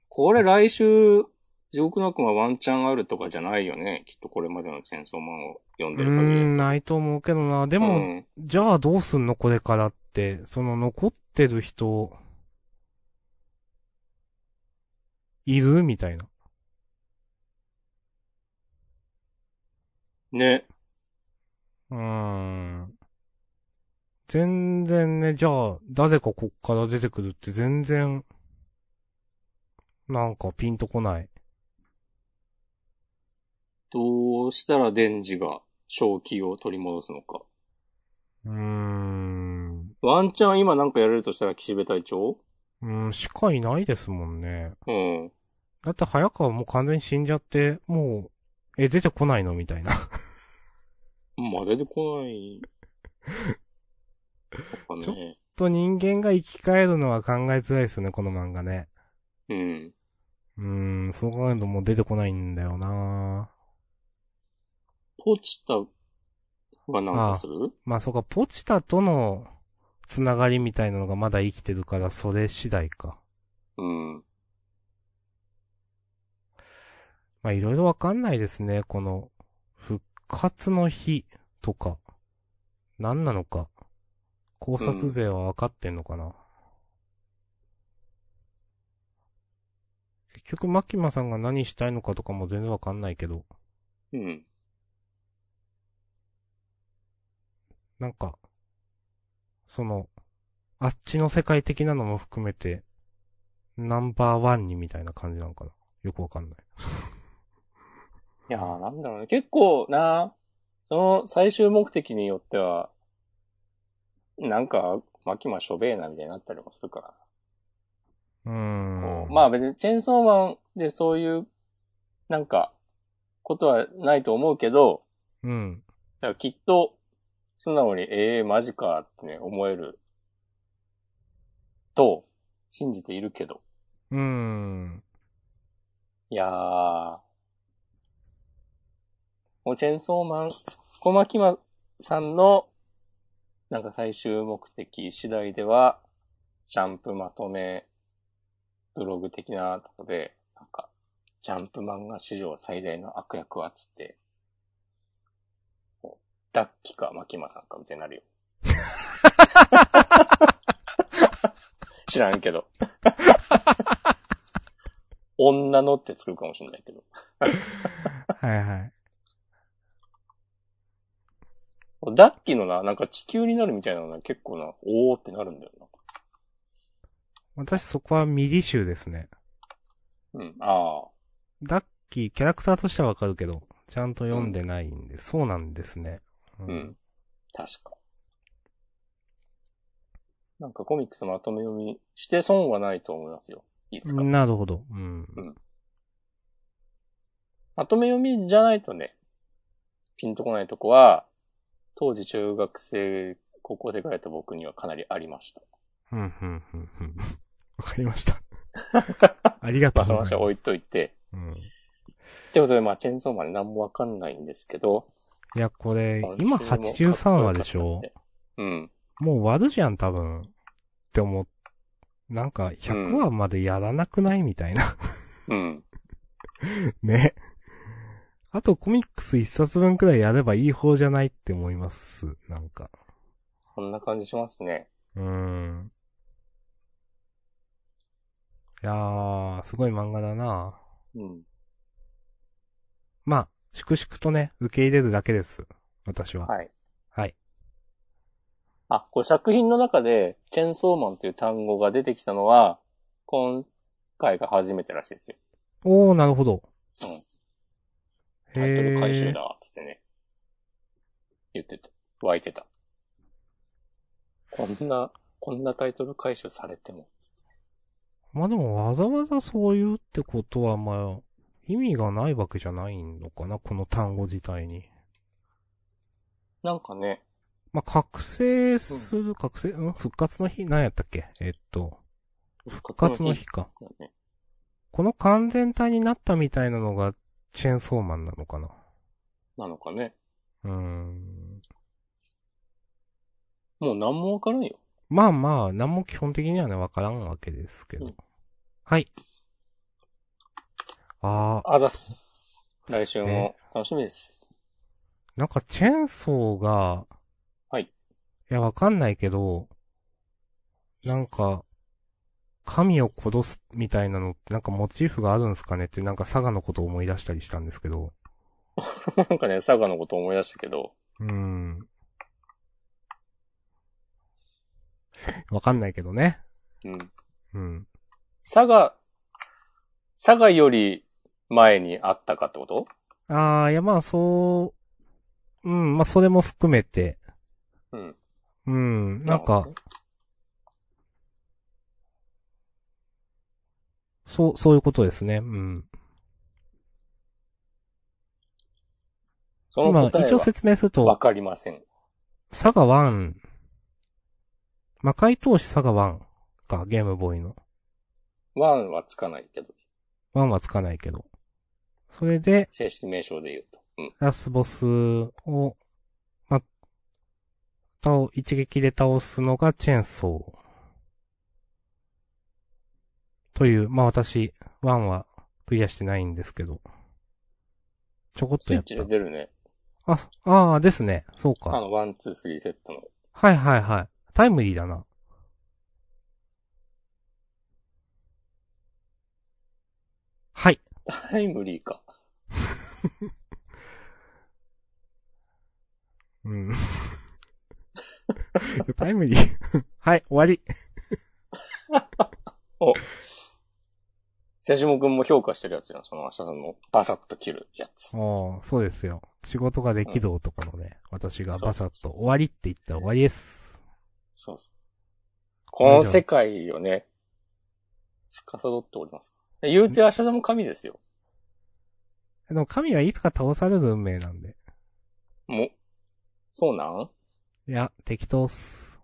S2: これ来週、地獄の悪魔ワンチャンあるとかじゃないよね。きっとこれまでのチェーンソーマンを読ん
S1: え。うー
S2: でる限り。
S1: ん、ないと思うけどな。でも、
S2: うん
S1: じゃあどうすんのこれからって、その残ってる人、いるみたいな。
S2: ね。
S1: うーん。全然ね、じゃあ、誰かこっから出てくるって全然、なんかピンとこない。
S2: どうしたらデンジが正気を取り戻すのか。
S1: うーん。
S2: ワンチャン今なんかやれるとしたら岸辺隊長
S1: うん、しかいないですもんね。
S2: うん。
S1: だって早川もう完全に死んじゃって、もう、え、出てこないのみたいな。
S2: まあ、出て
S1: (laughs)
S2: こない。なんかね。
S1: と人間が生き返るのは考えづらいですよね、この漫画ね。
S2: うん。
S1: うーん、そう考えるともう出てこないんだよな
S2: ポチタがなんかする
S1: まあそうか、ポチタとのつながりみたいなのがまだ生きてるから、それ次第か。
S2: うん。
S1: まあいろいろわかんないですね、この、復活の日とか、何なのか。考察勢はわかってんのかな。結局、マキマさんが何したいのかとかも全然わかんないけど、
S2: うん。
S1: なんか、その、あっちの世界的なのも含めて、ナンバーワンにみたいな感じなのかな。よくわかんない。
S2: いやー、なんだろうね。結構な、その最終目的によっては、なんか、マキマしょべえなみたいになったりもするか
S1: うー
S2: ら。こ
S1: ん。
S2: うまあ別にチェーンソーマンでそういう、なんか、ことはないと思うけど、
S1: うん。
S2: だからきっと、素直に、ええマジかってね、思える。と、信じているけど。
S1: うーん。
S2: いやー。もうチェーンソーマン、小牧間さんの、なんか最終目的次第では、ジャンプまとめブログ的なとこで、なんか、ジャンプ漫画史上最大の悪役はっつって、こうダッキかマキマさんかみたいになるよ。知らんけど。女のって作るかもしれないけど。
S1: はいはい。
S2: ダッキのな、なんか地球になるみたいなのが結構な、おーってなるんだよ
S1: 私そこはミリ集ですね。
S2: な。うん、ああ。
S1: ダッキー、キャラクターとしてはわかるけど、ちゃんと読んでないんで、そうなんですね。う
S2: うん。。確か。なんかコミックスまとめ読みして損はないと思いますよ。いつか。
S1: なるほど。うん。
S2: まとめ読みじゃないとね、ピンとこないとこは、当時中学生、高校生くらいだった僕にはかなりありました。
S1: うん、うん、うん、うん。わかりま (laughs) した。ありがとう
S2: まあその
S1: ご
S2: 話
S1: ざい
S2: は
S1: ま
S2: 置
S1: す。
S2: いといて。
S1: うん、
S2: ってことで、まあ、チェーンソーマンね何もわかんないんですけど。
S1: いや、これ、今83話でしょ
S2: うん。
S1: もう終わるじゃん、多分。って思っ、なんか、100話までやらなくないみたいな。
S2: うん。
S1: ね。あとコミックス一冊分くらいやればいい方じゃないって思います。なんか。
S2: こんな感じしますね。
S1: うーん。いやー、すごい漫画だな
S2: うん。
S1: まあ、粛々とね、受け入れるだけです。私は。
S2: はい。
S1: はい。
S2: あ、これ作品の中で、チェーンソーマンという単語が出てきたのは、今回が初めてらしいですよ。
S1: おー、なるほど。へ
S2: うん。タイトル回収
S1: ー。
S2: だ、つってね。言ってた。湧いてた。こんな、こんなタイトル回収されても、つって
S1: まあでもわざわざそう言うってことはまあ、意味がないわけじゃないのかな、この単語自体に。
S2: なんかね、
S1: まあ、覚醒する、覚醒、うん、復活の日何やったっけえっと、
S2: 復
S1: 活の日か。
S2: そうね
S1: この完全体になったみたいなのが、チェーンソーマンなのかな。
S2: なのかね。
S1: うーん。
S2: もう何もわからんよ。
S1: まあまあ、何も基本的にはね、わからんわけですけ
S2: う
S1: ど
S2: ん。
S1: はい。あー、
S2: あざっす。来週も
S1: ね
S2: 楽しみです。
S1: なんかチェーンソーが、
S2: はい
S1: いや、わかんないけど、なんか、神を殺すみたいなのって、なんかモチーフがあるんですかねって、なんか佐賀のことを思い出したりしたんですけど。
S2: なんかね、佐賀のこと思い出したけど、
S1: うん。 (laughs) わかんないけどね。
S2: うん。
S1: うん。
S2: 佐賀、佐賀より前にあったかってこと
S1: ああ、いや、まあ、そう、うん、まあ、それも含めて、
S2: うん。
S1: うん、なんか、、そう、そういうことですね。うん。
S2: その
S1: 今、
S2: 答え
S1: 一応説明する
S2: はわ
S1: と、
S2: かりません。
S1: サガ1、魔界投資サガ1か、ゲームボーイの。
S2: ワンはつかないけど、
S1: 1はつかないけど。それで、
S2: 正式名称で言うと。うん。
S1: ラスボスを、ま、倒、一撃で倒すのがチェーンソー。という、まあ、私、1はクリアしてないんですけど。ちょこっと
S2: スイ
S1: や
S2: ッ
S1: っ
S2: チで
S1: た。
S2: 出るね。
S1: あ、ああ、ですね。そうか。
S2: あの、ワン、ツー、スリーセットの。
S1: はいはいはい。タイムリーだな。はい。
S2: タイムリーか。
S1: うん。 (laughs) タイムリー。 (laughs) はい、終わり。
S2: セシモ君も評価してるやつじゃん。その、明日さんのバサッと切るやつ。
S1: おーそうですよ。仕事ができる男のね、私がバサッと
S2: そうそうそう
S1: 終わりって言ったら終わりです。
S2: そうそう。この世界をね、司っております。言うて明日さんも神ですよ。
S1: でも神はいつか倒される運命なんで。
S2: もう、そうなん
S1: いや、適当っす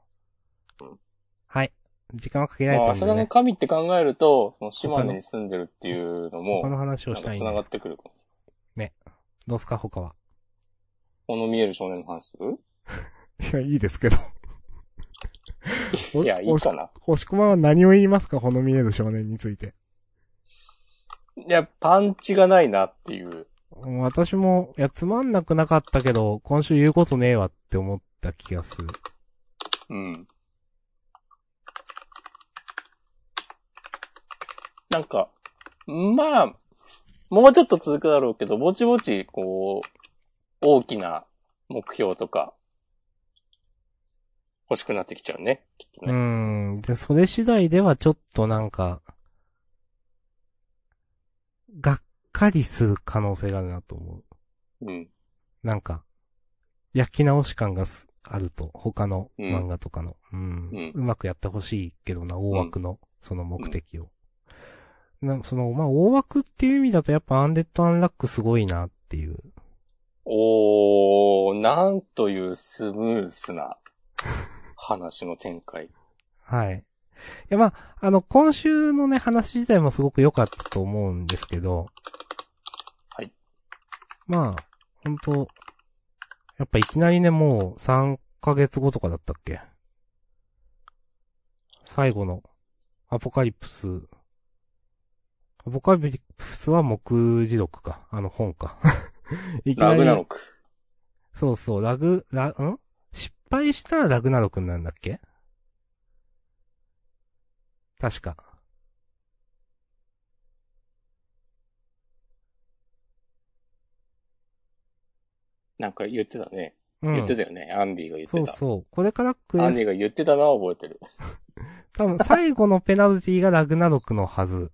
S2: うん。
S1: はい。時間はかけ
S2: ま
S1: られた
S2: あ、明
S1: んで
S2: 日さんの
S1: ね。
S2: 神って考えると、その島根に住んでるっていうの
S1: 他の
S2: も、
S1: 話を
S2: な
S1: し
S2: んか
S1: たいん
S2: 繋
S1: で
S2: がっ
S1: す。
S2: てくるかも。
S1: どうすか他は。
S2: この見える少年の話する
S1: いや、いいですけど。
S2: いや、いいかな。
S1: 押し込まんは何を言いますかこの見える少年について。
S2: いや、パンチがないなっていう。
S1: 私も、いや、つまんなくなかったけど、今週言うことねえわって思った気がする。
S2: うん。なんか、まあ、もうちょっと続くだろうけど、ぼちぼち、こう、大きな目標とか、欲しくなってきちゃうね。きっと
S1: う
S2: ね。
S1: ん。で、それ次第ではちょっとなんか、がっかりする可能性があるなと思
S2: うん。
S1: う。なんか、焼き直し感がすあると、他の
S2: うん
S1: 漫画とかの。うん。う
S2: うん
S1: まくやってほしいけどな、大枠の、その目的を。なその、まあ、大枠っていう意味だとやっぱアンデッド・アンラックすごいなっていう。
S2: おー、なんというスムースな話の展開。
S1: (laughs) はい。いや、まあ、あの、今週のね、話自体もすごく良かったと思うんですけど。
S2: はい。
S1: まあ、本当やっぱいきなりね、もう3ヶ月後とかだったっけ最後の、アポカリプス。アポカリプスは目次録か。あの本か。 (laughs) い
S2: ラグナロク。
S1: そうそう、ラグ、ラ、ん失敗したらラグナロクになるんだっけ確か。
S2: なんか言ってたね。
S1: うん。
S2: 言ってたよね。アンディが言っ
S1: そ
S2: て
S1: う
S2: た。
S1: そう。これからク
S2: ア
S1: エ
S2: ンディ
S1: ス
S2: が言ってたのは覚えてる。
S1: ト、多分最後のペナルティがラグナロクのはず。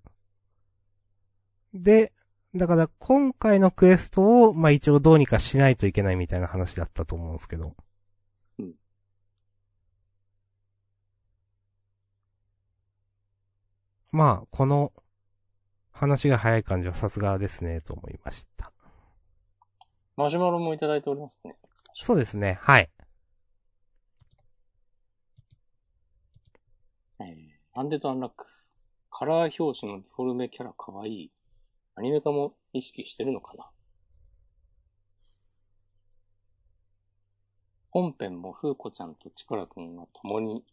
S1: で、だから今回のクエストを、まあ一応どうにかしないといけないみたいな話だったと思うんですけど。
S2: うん
S1: まあ、この話が早い感じはさすがですね、と思いました。
S2: マシュマロもいただいておりますね。
S1: そうですね、はい。
S2: えーアンデッドアンラック。カラー表紙のデフォルメキャラかわいい。アニメ化も意識してるのかな本編も風子ちゃんとチカラくんが共に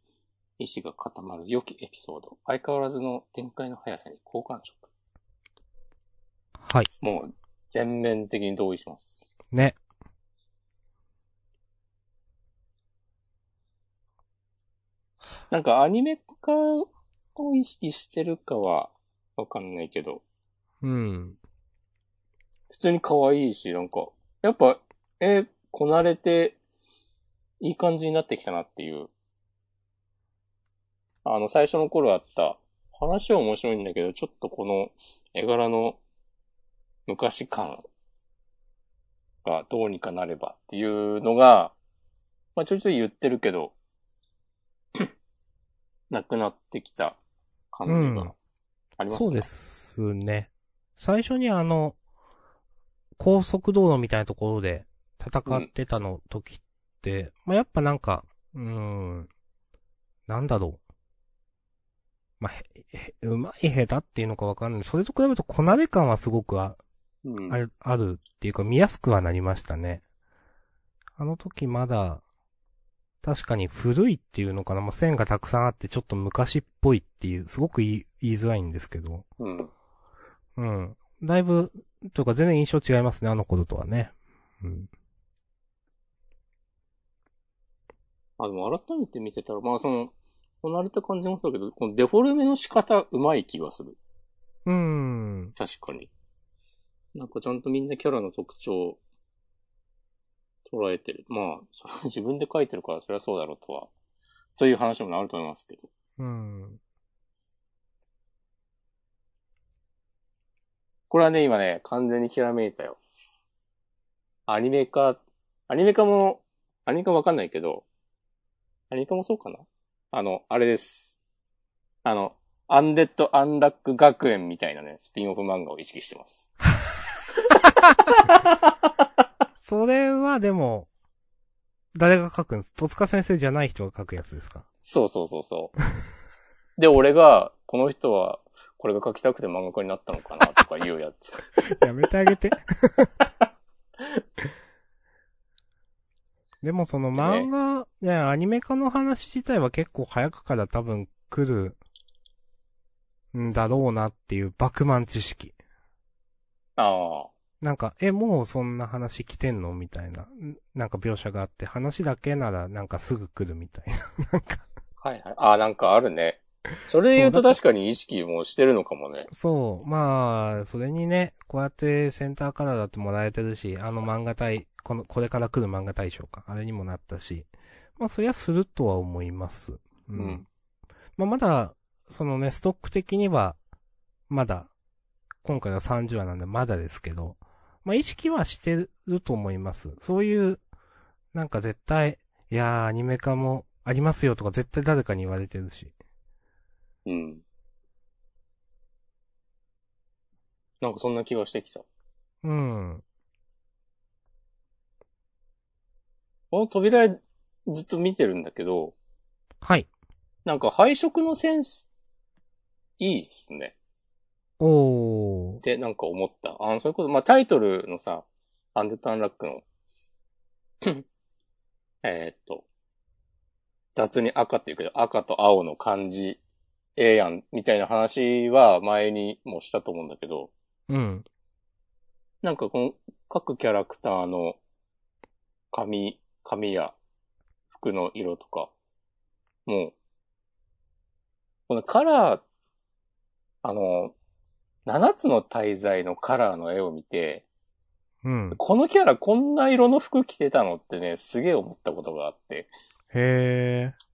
S2: 意志が固まる良きエピソード。相変わらずの展開の速さに好感触。
S1: はい。
S2: もう全面的に同意します。
S1: ね。
S2: なんかアニメ化を意識してるかはわかんないけど、
S1: うん。
S2: 普通に可愛いし、なんか、やっぱ、え、こなれて、いい感じになってきたなっていう。あの、最初の頃あった、話は面白いんだけど、ちょっとこの絵柄の昔感がどうにかなればっていうのが、まあちょいちょい言ってるけど、 (coughs) なくなってきた感じ
S1: うん
S2: がありますね。
S1: そうで。すね。最初にあの、高速道路みたいなところで戦ってたの時って、まあ、やっぱなんか、うーん、なんだろう。まあ、へ、へ、うまい下手っていうのかわかんない。それと比べるとこなれ感はすごくあ
S2: うん
S1: あ。る、あるっていうか見やすくはなりましたね。あの時まだ、確かに古いっていうのかな。まあ、線がたくさんあってちょっと昔っぽいっていう、すごく言い、言いづらいんですけど。
S2: うん。
S1: うん。だいぶ、というか全然印象違いますね、あの頃とはね。うん。
S2: あ、でも改めて見てたら、まあその、こなれた感じもそうだけど、このデフォルメの仕方うまい気がする。
S1: うーん。
S2: 確かに。なんかちゃんとみんなキャラの特徴を捉えてる。まあ、それは自分で書いてるからそりゃそうだろうとは。という話もあると思いますけど。
S1: うん。
S2: これはね、今ね、完全にひらめいたよ。アニメ化、アニメ化も、アニメ化わかんないけど、アニメ化もそうかなあの、あれです。あの、アンデッド・アンラック学園みたいなね、スピンオフ漫画を意識してます。
S1: それはでも、誰が書くんです戸塚先生じゃない人が書くやつですか
S2: そうそうそ
S1: (laughs)
S2: うそう。で、俺が、この人は、これが書きたくて漫画家になったのかなとかいうやつ。
S1: やめてあげて。 (laughs) でもその漫画、ね、アニメ化の話自体は結構早くから多分来るんだろうなっていうバクマン知識。
S2: ああ。
S1: なんか、え、もうそんな話来てんのみたいな、んなんか描写があって、話だけならなんかすぐ来るみたいな。なんか、
S2: はいはい。ああ、なんかあ
S1: (laughs)
S2: るね。それで言う
S1: そ
S2: と
S1: うだ
S2: 確かに意識もしてるのかもね。
S1: そう、まあ、それにね、こうやってセンターカラーだってもらえてるし、あの漫画大、この、これから来る漫画大賞か、あれにもなったし、まあそりゃするとは思います。うん。
S2: うん
S1: まあまだ、そのね、ストック的には、まだ、今回は30話なんでまだですけど、まあ意識はしてると思います。そういう、なんか絶対、いやーアニメ化もありますよとか絶対誰かに言われてるし。
S2: うん。なんかそんな気がしてきた。
S1: うん。
S2: この扉絵ずっと見てるんだけど、
S1: はい。
S2: なんか配色のセンス、いいっすね。
S1: おー
S2: っ。てなんか思った。あの、それこそ、まあ、タイトルのさ、アンデタンラックの、 (coughs) えーっと、雑に赤って言うけど、赤と青の漢字、ええやん、みたいな話は前にもしたと思うんだけど、
S1: うん。
S2: なんかこの各キャラクターの髪、髪や服の色とか、もう、このカラー、あの、7つの大罪のカラーの絵を見て、
S1: うん。
S2: このキャラこんな色の服着てたのってね、すげえ思ったことがあって、
S1: へー。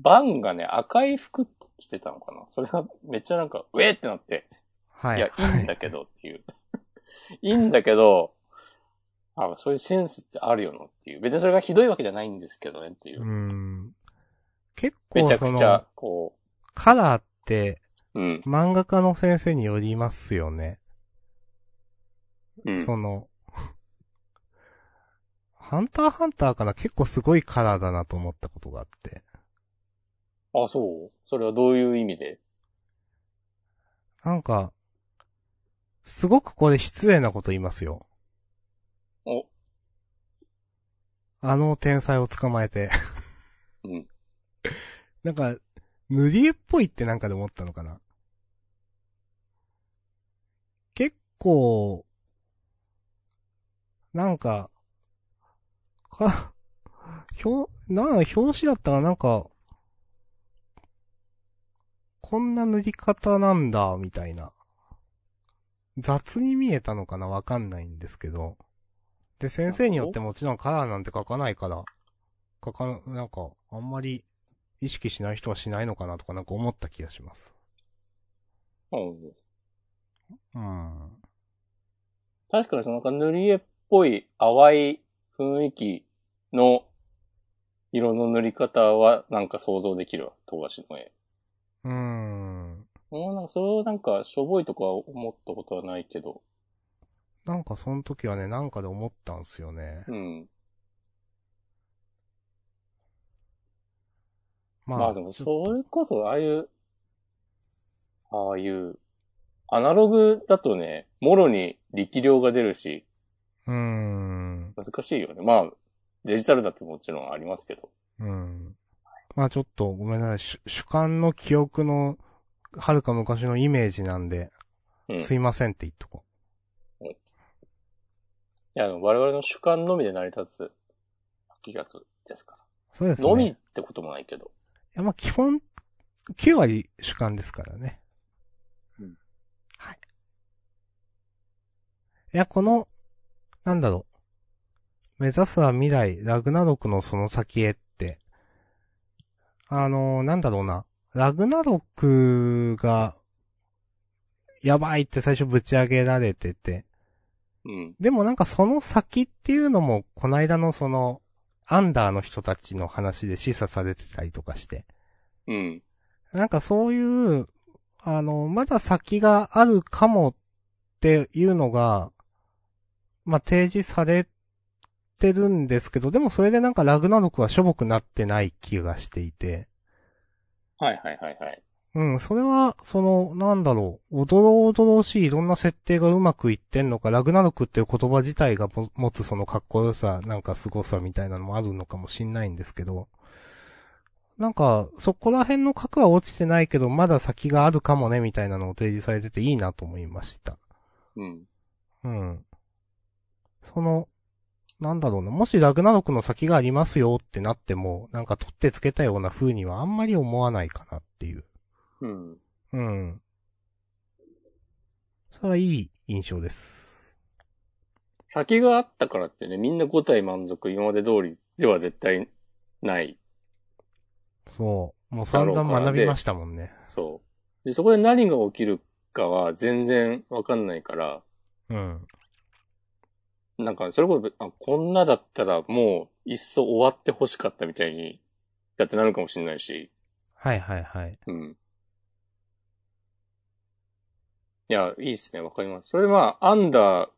S2: バンがね、赤い服着てたのかなそれがめっちゃなんか、ウェーってなって、
S1: はいい。
S2: や、いいんだけどっていう。 (laughs) いいんだけど、あそういうセンスってあるよなっていう。別にそれがひどいわけじゃないんですけどねっていうう。
S1: ん。結
S2: め
S1: 構
S2: ちゃ
S1: そ
S2: くちゃ
S1: の、、
S2: こ
S1: カラーって
S2: う、うん。
S1: 漫画家の先生によりますよね。
S2: うん。
S1: その、ハンターハンターから結構すごいカラーだなと思ったことがあって。
S2: あ、そうそれはどういう意味で
S1: なんか、すごくこれ失礼なこと言いますよ。
S2: お、
S1: あの天才を捕まえて。
S2: うん。
S1: (laughs) なんか、塗り絵っぽいってなんかで思ったのかな。結構、なんか、か、表、な、表紙だったらなんか、こんな塗り方なんだ、みたいな。雑に見えたのかなわかんないんですけど。で、先生によってもちろんカラーなんて書かないから、書か、なんか、あんまり意識しない人はしないのかなとかなんか思った気がします。
S2: うん。
S1: うん。
S2: 確かにそのなんか塗り絵っぽい淡い雰囲気の色の塗り方はなんか想像できるわ、富樫の絵。
S1: うん。
S2: もうなんかそれをなんかしょぼいとか思ったことはないけど、
S1: なんかその時はね、なんかで思ったんすよね。
S2: うん。
S1: ま
S2: まあでも、
S1: ちょっ
S2: それこそ、ああいう、ああいう、アナログだとね、もろに力量が出るし、
S1: とうん。
S2: 難しいよね。まあ、デジタルだってもちろんありますけど。
S1: うん。まあちょっとごめんなさい。主主観の記憶の、はるか昔のイメージなんで、
S2: うん。い
S1: すいませんって言っとこ
S2: や、でも我々の主観のみで成り立つ、秋月ですか
S1: う。そうで
S2: ら。
S1: すね。
S2: のみ
S1: い
S2: ってこともないけど。
S1: や、まあ基本、9割主観ですからね。
S2: うん。
S1: はい。いや、この、なんだろう。目指すは未来、ラグナロクのその先へって、あのーなんだろうな。ラグナロクが、やばいって最初ぶち上げられてて、
S2: うん。
S1: でもなんかその先っていうのも、こないだのその、アンダーの人たちの話で示唆されてたりとかして、
S2: うん。
S1: なんかそういう、あの、まだ先があるかもっていうのが、まあ、提示されてるんですけど、でもそれでなんかラグナロクはしょぼくなってない気がしていて、
S2: はいはいはいはい。
S1: うん、それは、その、なんだろう、おどろおどろしいいろんな設定がうまくいってんのか、ラグナロクっていう言葉自体がも持つそのかっこよさ、なんか凄さみたいなのもあるのかもしんないんですけど、なんか、そこら辺の核は落ちてないけど、まだ先があるかもね、みたいなのを提示されてていいなと思いました。
S2: うん。
S1: うん。その、なんだろうな、もしラグナロクの先がありますよってなっても、なんか取ってつけたような風にはあんまり思わないかなっていう。
S2: うん。
S1: うん。それはいい印象です。
S2: 先があったからってね、みんな5体満足、今まで通りでは絶対ない。
S1: そう。もう散々学びましたもんね。
S2: そう。で、そこで何が起きるかは全然わかんないから、
S1: うん。
S2: なんか、それこそ、あ、こんなだったらもう、いっそ終わってほしかったみたいに、だってなるかもしれないし、
S1: はいはいはい。
S2: うん。いや、いいっすね、わかります。それでまあ、アンダー、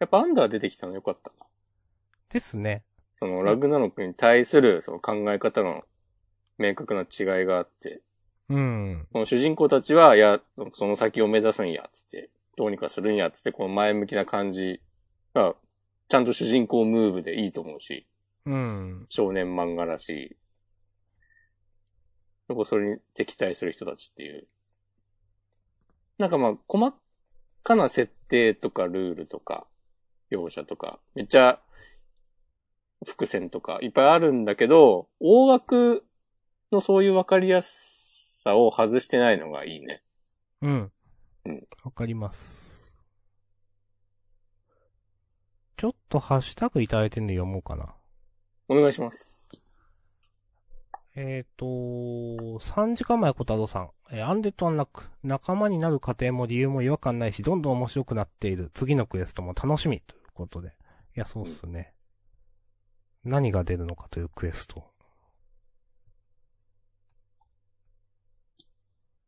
S2: やっぱアンダー出てきたのよかったな。
S1: ですね。
S2: その、ラグナロクに対する、その考え方の、明確な違いがあって、
S1: うん。
S2: この主人公たちは、いや、その先を目指すんや、つって、どうにかするんや、つって、この前向きな感じが、ちゃんと主人公ムーブでいいと思うし、
S1: うん。
S2: 少年漫画らしい。やっぱそれに敵対する人たちっていう。なんかまあ、細かな設定とかルールとか、描写とか、めっちゃ、伏線とか、いっぱいあるんだけど、大枠のそういうわかりやすさを外してないのがいいね。
S1: うん
S2: うん。
S1: わかります。ちょっとハッシュタグいただいてるんで読もうかな。
S2: お願いします。
S1: えっ、と3時間前小太郎さん。えーアンデッドアンラック。仲間になる過程も理由も違和感ないし、どんどん面白くなっている。次のクエストも楽しみ。ということで。いや、そうっすね。何が出るのかというクエスト。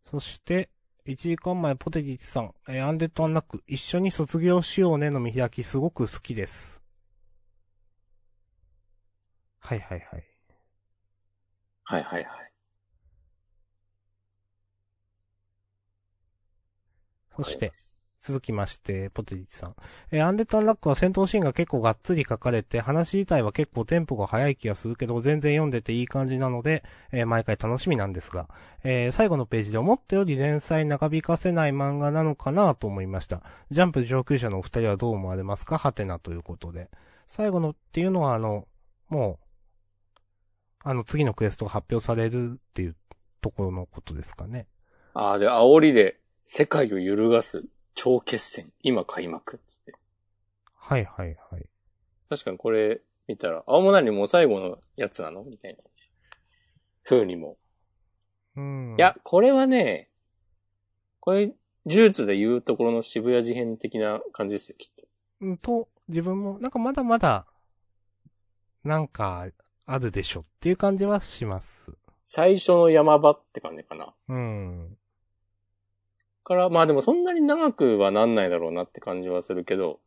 S1: そして、1時間前ポテティチさん。えーアンデッドアンラック。一緒に卒業しようねの見開きすごく好きです。はいはいはい。
S2: はいはいはい。
S1: そして、続きまして、ポテリチさん。えーアンデッドアンラックは戦闘シーンが結構がっつり書かれて、話自体は結構テンポが早い気がするけど、全然読んでていい感じなので、えー毎回楽しみなんですが、えー最後のページで思ったより連載長引かせない漫画なのかなと思いました。ジャンプ上級者のお二人はどう思われますかハテナということで。最後のっていうのは、あの、もう、あの、次のクエストが発表されるっていうところのことですかね。
S2: ああ、で、煽りで、世界を揺るがす超決戦、今開幕っつって。
S1: はいはいはい。
S2: 確かにこれ見たら、青物にもう最後のやつなのみたいな。風にも。
S1: うん。
S2: いや、これはね、これ、呪術で言うところの渋谷事変的な感じですよ、きっと。
S1: うん、と、自分も、なんかまだまだ、なんか、あるでしょっていう感じはします。
S2: 最初の山場って感じかな。
S1: うん。
S2: から、まあでもそんなに長くはなんないだろうなって感じはするけど、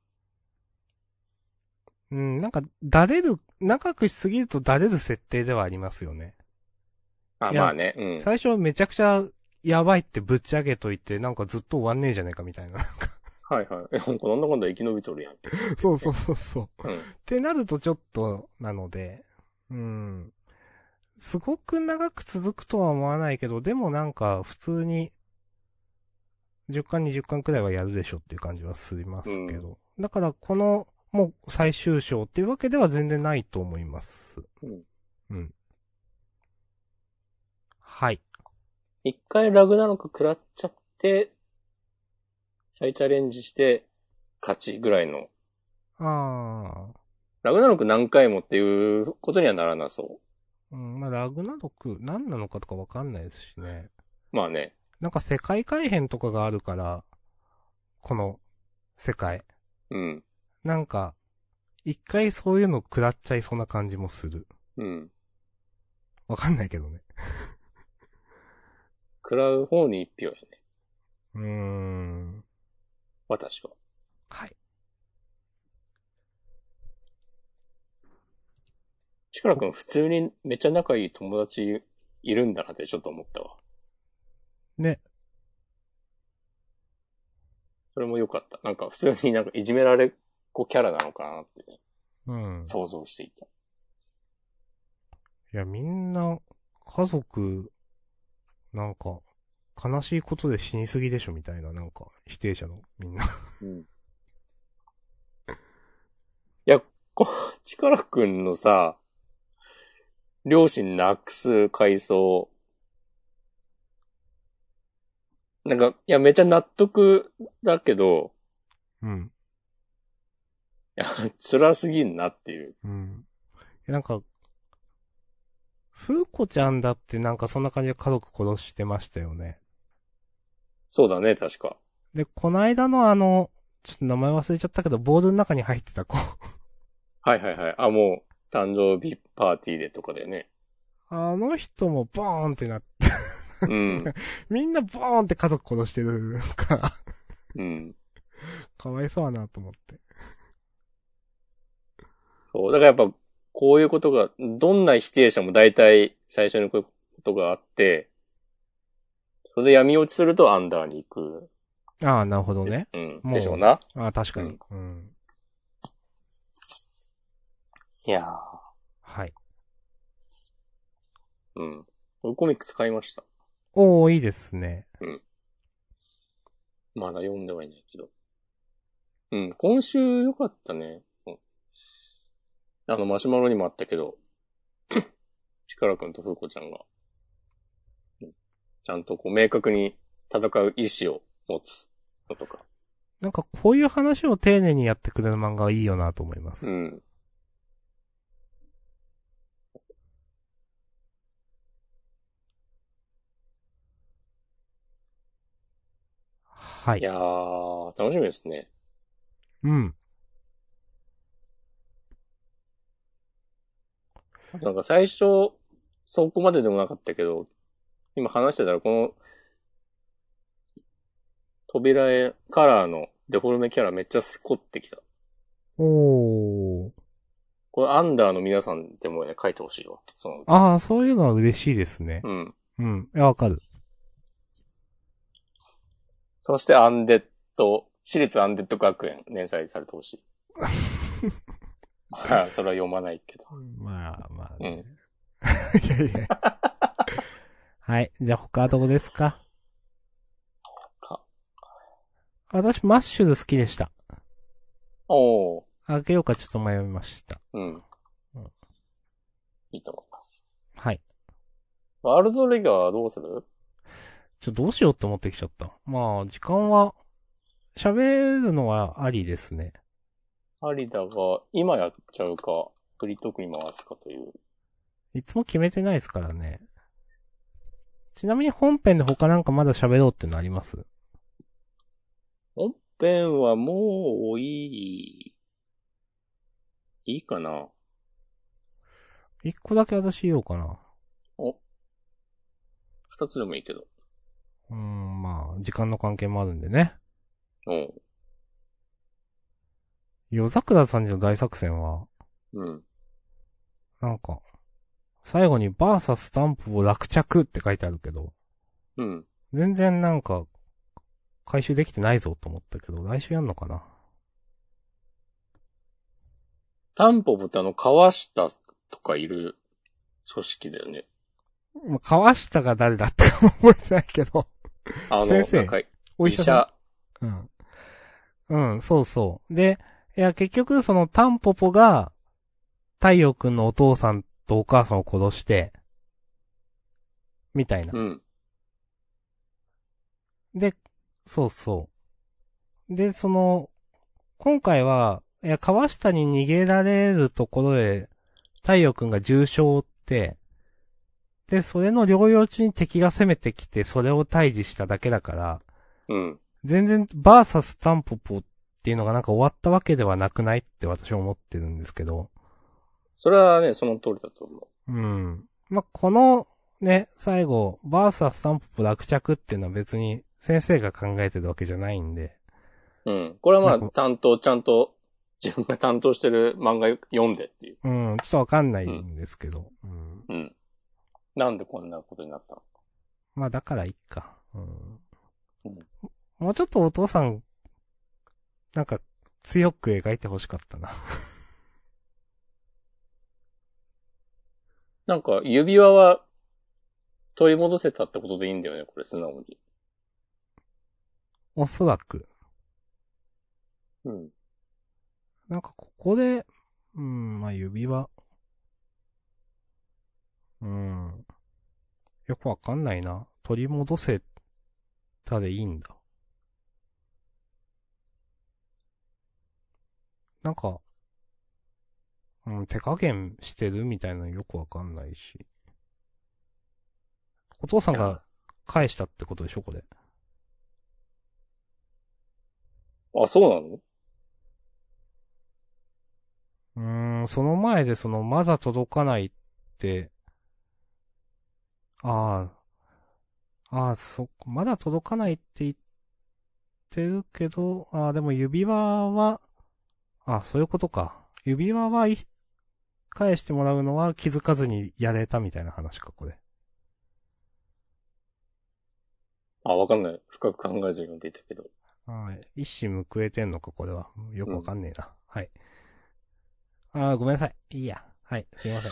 S1: うん、なんか、だれる、長くしすぎるとだれる設定ではありますよね。
S2: あ、
S1: いや
S2: まあね、うん。
S1: 最初めちゃくちゃ、やばいってぶち上げといて、なんかずっと終わんねえじゃねえかみたいな。
S2: はいはい。え、ほんとなんだかんだ生き延びとるやん。
S1: そうそうそうそう。
S2: うん
S1: ってなるとちょっと、なので、うん。すごく長く続くとは思わないけど、でもなんか普通に、10巻20巻くらいはやるでしょっていう感じはしますけど。だからこの、もう最終章っていうわけでは全然ないと思います。
S2: うん。
S1: うん。はい。
S2: 一回ラグナロク食らっちゃって、再チャレンジして、勝ちぐらいの。
S1: あー。
S2: ラグナロク何回もっていうことにはならなそ
S1: うん、まあ、ラグナドク、何なのかとかわかんないですしね。
S2: う。まあね。
S1: なんか世界改変とかがあるから、この世界。
S2: うん。
S1: なんか、一回そういうの食らっちゃいそうな感じもする。
S2: うん。
S1: わかんないけどね。
S2: 食らう方に一票やね。
S1: うーん。
S2: 私は。
S1: はい。
S2: チカラくん普通にめっちゃ仲いい友達いるんだなってちょっと思ったわ。
S1: ね。
S2: それも良かった。なんか普通になんかいじめられっ子キャラなのかなって、ね、
S1: うん。
S2: 想像していた。
S1: いや、みんな、家族、なんか、悲しいことで死にすぎでしょみたいな、なんか、否定者のみんな。
S2: うん。こっちからくんのさ、両親なくす回想。なんか、いや、めちゃ納得だけど、
S1: うん。
S2: いや、辛すぎんなっていう。
S1: うん。なんか、ふうこちゃんだってなんかそんな感じで家族殺してましたよね。
S2: そうだね、確か。
S1: で、この間のあの、ちょっと名前忘れちゃったけど、ボールの中に入ってた子。
S2: はいはいはい。あ、もう、誕生日パーティーでとかだよね。
S1: あの人もボーンってなって、
S2: うん。
S1: みんなボーンって家族殺してるから、
S2: うん。
S1: かわいそうだなと思って。
S2: そう。だからやっぱ、こういうことが、どんな否定者も大体最初にこういうことがあって、それで闇落ちするとアンダーに行く。
S1: ああ、なるほどね。
S2: うん。
S1: もう
S2: でしょうな。
S1: ああ、確かに。うん。
S2: いや
S1: はい。
S2: ーうん。俺コミックス買いました。
S1: おおいいですね。
S2: まだ読んではいないけど。うん。今週良かったね。うんあの、マシュマロにもあったけど、 (clears throat) 力くんと風子ちゃんが、うんちゃんとこう明確に戦う意志を持つのとか。
S1: なんかこういう話を丁寧にやってくれる漫画はいいよなと思います。
S2: うん。
S1: はいい。
S2: やー、楽しみですね。
S1: うん。
S2: なんか最初、そこまででもなかったけど、今話してたらこの、扉絵カラーのデフォルメキャラめっちゃスコってきた。
S1: おー。
S2: これアンダーの皆さんでもね、書いてほしいわ。その、
S1: ああ、そういうのは嬉しいですね。
S2: うん。
S1: うん。いや、わかる。
S2: そしてアンデッド、私立アンデッド学園連載されてほしい。まあ、それは読まないけど。
S1: まあまあ、
S2: ね
S1: いやいや。はい。じゃあ他はどこですか
S2: 他
S1: 私、マッシュル好きでした。
S2: おー。
S1: あげようかちょっと迷いました。
S2: うん
S1: うん。
S2: いいと思います。
S1: はい。
S2: ワールドレギュラーはどうする
S1: ちょ、どうしようって思ってきちゃった。まあ、時間は、喋るのはありですね。
S2: ありだが、今やっちゃうか、フリートークに回すかという。
S1: いつも決めてないですからね。ちなみに本編で他なんかまだ喋ろうってのあります
S2: 本編はもういい。いいかな
S1: 一個だけ私言おうかな。
S2: 二つでもいいけど。
S1: うーん、まあ、時間の関係もあるんでね。
S2: うん。
S1: 夜桜さんちの大作戦は、
S2: うん。
S1: なんか、最後にバーサスタンプを落着って書いてあるけど、
S2: うん。
S1: 全然なんか、回収できてないぞと思ったけど、来週やんのかな
S2: タンポポってあの、川下とかいる組織だよね。
S1: まあ、川下が誰だったかも覚えてない (laughs) けど、
S2: あの、
S1: 先生
S2: なんか医
S1: お医者
S2: 者
S1: さん。うん。うん、そうそう。で、いや、結局、その、タンポポが、太陽くんのお父さんとお母さんを殺して、みたいな。
S2: うん。
S1: で、そうそう。で、その、今回は、いや、川下に逃げられるところで、太陽くんが重傷を負って、で、それの療養中に敵が攻めてきて、それを退治しただけだから、
S2: うん。
S1: 全然、バーサスタンポポっていうのがなんか終わったわけではなくないって私は思ってるんですけど、
S2: それはね、その通りだと思う。
S1: うん。まあ、この、ね、最後、バーサスタンポポ落着っていうのは別に先生が考えてるわけじゃないんで、
S2: うん。これは
S1: なん
S2: まあ、
S1: か
S2: 担当、ちゃんと、自分が担当してる漫画読んでっていう。
S1: うん、ちょっとわかんないんですけど。うん。
S2: うん。なんでこんなことになったの
S1: まあだからいいか。うん
S2: うん。
S1: もうちょっとお父さん、なんか、強く描いてほしかったな。
S2: なんか、指輪は、取り戻せたってことでいいんだよね、これ、素直に。
S1: おそらく。
S2: うん。
S1: なんかここで、うん、まあ指輪。うん。よくわかんないな。取り戻せたでいいんだ。なんか、うん、手加減してるみたいなのよくわかんないし。お父さん
S2: い
S1: が
S2: や
S1: 返したってことでしょ、これ。
S2: あ、そうなの
S1: うーん、その前でその、まだ届かないって、ああ、ああ、そっか、まだ届かないって言ってるけど、ああ、でも指輪は、あそういうことか。指輪はい、返してもらうのは気づかずにやれたみたいな話か、これ。
S2: あ、わかんない。深く考えずに読んでいたけど。
S1: はい。一矢報えてんのか、これは。よくわかんねえな。はい。ああ、ごめんなさい。いいや。はい、すい (laughs) ません。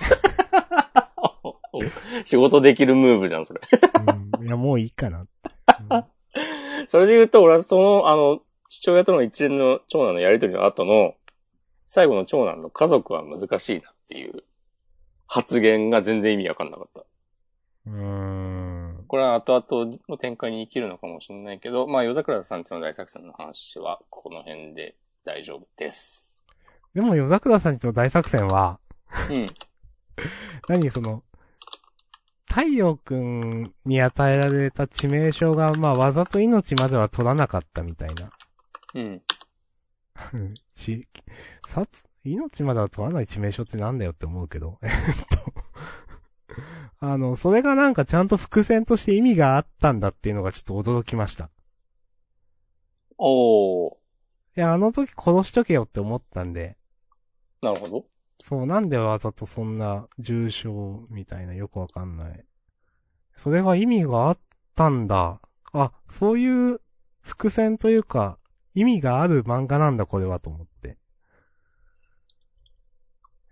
S2: 仕事できるムーブじゃん、それ。 (laughs)
S1: うん、いや、もういいかなって。 (laughs) うん
S2: それで言うと、俺はその、あの、父親との一連の長男のやりとりの後の、最後の長男の家族は難しいなっていう発言が全然意味わかんなかった。
S1: うーん。
S2: これは後々の展開に生きるのかもしれないけど、まあ、夜桜さんちの大作戦の話は、この辺で大丈夫です。
S1: でも、夜桜さんちの大作戦は、
S2: うん。
S1: 何その、太陽くんに与えられた致命傷が、まあ、わざと命までは取らなかったみたいな。
S2: うん。
S1: うんち、殺、命までは取らない致命傷ってなんだよって思うけど、えっ (laughs) と、あの、それがなんかちゃんと伏線として意味があったんだっていうのがちょっと驚きました。
S2: おー。
S1: いや、あの時殺しとけよって思ったんで、
S2: なるほど。
S1: そう、なんでわざとそんな重傷みたいなよくわかんない。それは意味があったんだ。あ、そういう伏線というか、意味がある漫画なんだ、これはと思って。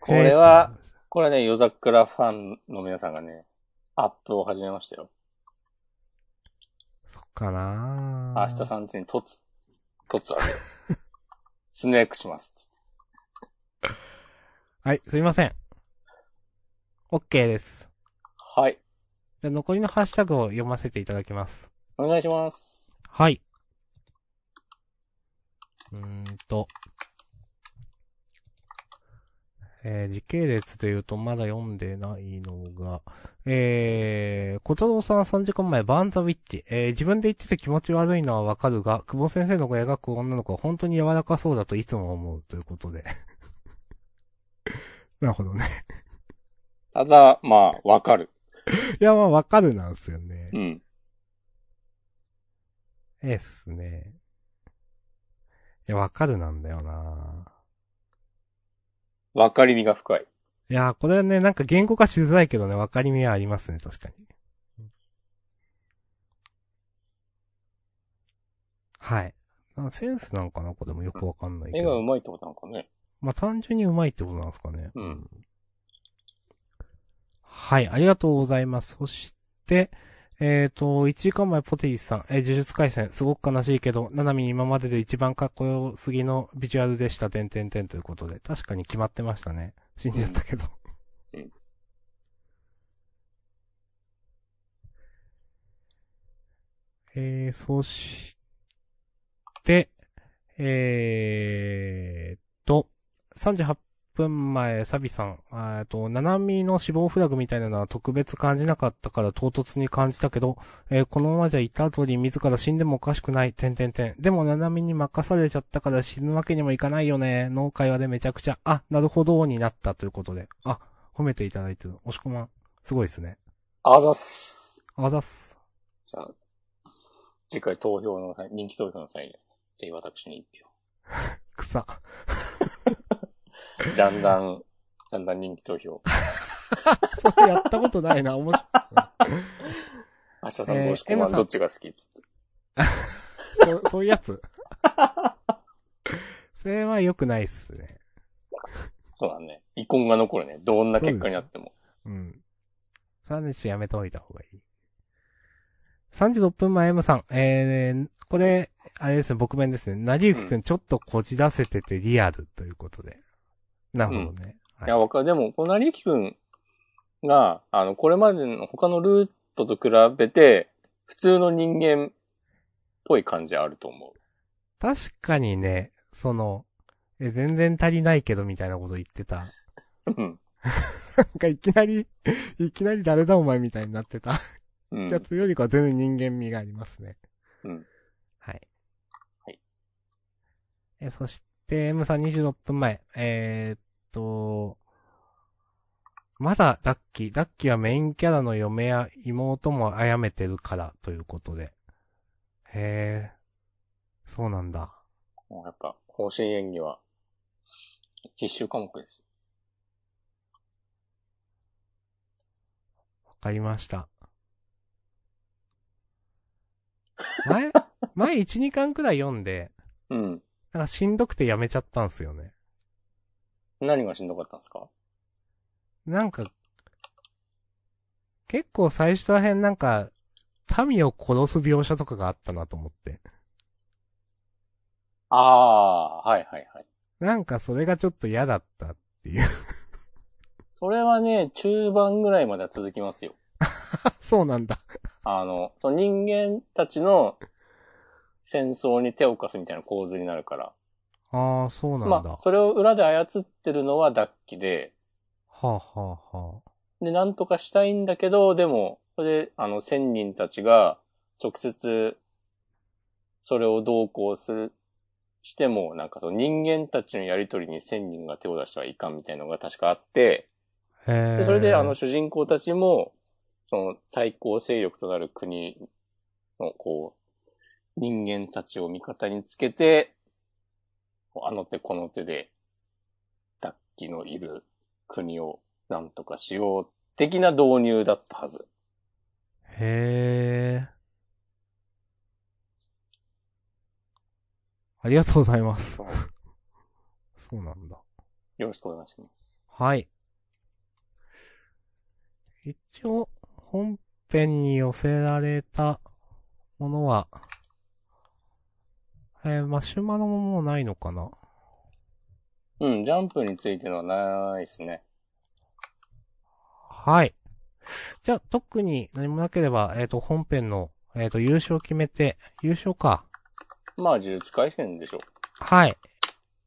S2: これは、これね、夜桜ファンの皆さんがね、アップを始めましたよ。
S1: そっかな
S2: 明日さんちに突、突あるよ。 (laughs) スネークしますっつって。
S1: はい、すいません。OK です。
S2: はい。
S1: じゃあ残りのハッシュタグを読ませていただきます。
S2: お願いします。
S1: はい。うーんと。えー時系列で言うとまだ読んでないのが、えー、小太郎さん3時間前、バーンザウィッチ。えー自分で言ってて気持ち悪いのはわかるが、久保先生の子描く女の子は本当に柔らかそうだといつも思うということで。 (laughs) なるほどね。
S2: ただ、まあ、わかる。
S1: いや、まあわかるなんですよね。
S2: うん。
S1: ええっすね。いや、わかるなんだよな
S2: わかりみが深い。
S1: いやー、これはね、なんか言語化しづらいけどね、わかりみはありますね、確かに。はい。なんかセンスなんかな、これもよくわかんないけ
S2: 絵が
S1: ど。
S2: 上手いってことなのかね。
S1: まあ、単純にうまいってことなんですかね。
S2: うん。
S1: はい、ありがとうございます。そして、えっ、と、1時間前ポティさん、えー、呪術回戦、すごく悲しいけど、ナナミ今までで一番かっこよすぎのビジュアルでした、てんてんてんということで、確かに決まってましたね。死んじゃったけど。
S2: うん
S1: えー、そして、えーっと、38分前、サビさん、あーえっと、ナナミの死亡フラグみたいなのは特別感じなかったから唐突に感じたけど、えーこのままじゃ虎取自ら死んでもおかしくない、てんてんてん。でも、ナナミに任されちゃったから死ぬわけにもいかないよね。の会話でめちゃくちゃ、あ、なるほど、になったということで。あ、褒めていただいてる。押し込まん。すごいですね。
S2: あざっす。
S1: あざっす。
S2: じゃあ、次回投票の際、人気投票の際に、ぜひ私に一
S1: 草。 (laughs)
S2: 票。じゃんだん、じゃんだん人気投票。
S1: それやったことないな、面白
S2: 明日さんどうし
S1: えー
S2: て、
S1: M
S2: ま
S1: さ
S2: あ
S1: ん
S2: どっちが好きっつって。
S1: い。そそういうやつ。 (laughs) それは良くないっすね。
S2: そうだね。遺恨が残るね。どんな結果になっても。
S1: うん。サンドイッチやめておいた方がいい。36分前 M さん。えー、これ、あれですね、僕弁ですね。なりゆきくんちょっとこじらせててリアルということで。なるほどね。
S2: いや、
S1: はい。
S2: わかる。でも、この成幸くんが、あの、これまでの他のルートと比べて、普通の人間っぽい感じあると思う。
S1: 確かにね、その、え、全然足りないけどみたいなこと言ってた。
S2: うん
S1: なんかいきなり、いきなり誰だお前みたいになってた
S2: うん。
S1: やつよりかは全然人間味がありますね。
S2: うん。
S1: はい。
S2: はい。
S1: え、そして、M さん26分前。えー、っと、まだダッキー、ダッキーはメインキャラの嫁や妹も殺めてるからということで。へえ、そうなんだ。
S2: もうやっぱ、方針演技は、必修科目ですよ。
S1: わかりました。
S2: (laughs)
S1: 前、前1、2巻くらい読んで、
S2: うん。
S1: なんかしんどくてやめちゃったんすよね。
S2: 何がしんどかったんですか
S1: なんか、結構最初ら辺なんか、民を殺す描写とかがあったなと思って。
S2: ああー、はいはいはい。
S1: なんかそれがちょっと嫌だったっていう。
S2: それはね、中盤ぐらいまでは続きますよ。
S1: あそうなんだ。
S2: あの、その人間たちの戦争に手を貸すみたいな構図になるから。
S1: ああ、そうなんだ。
S2: まあ、それを裏で操ってるのはダッキで、
S1: はあ、はあは
S2: で、なんとかしたいんだけど、でも、それで、あの、仙人たちが、直接、それを同行する、しても、なんかその人間たちのやりとりに仙人が手を出してはいかんみたいなのが確かあって、
S1: あ、へえ。
S2: でそれで、あの、主人公たちも、その、対抗勢力となる国の、こう、人間たちを味方につけて、こうあの手この手で、ダッキのいる国をなんとかしよう、的な導入だったはず。
S1: へえ。ありがとうございます。そうなんだ。
S2: よろしくお願いします。
S1: はい。一応、本編に寄せられたものは、えーマシュマロももうないのかな
S2: うん、ジャンプについてのはないですね。
S1: はい。じゃあ、特に何もなければ、えっ、と、本編の、えっ、と、優勝決めて、優勝か。
S2: まあ、呪術回戦でしょ。
S1: はい。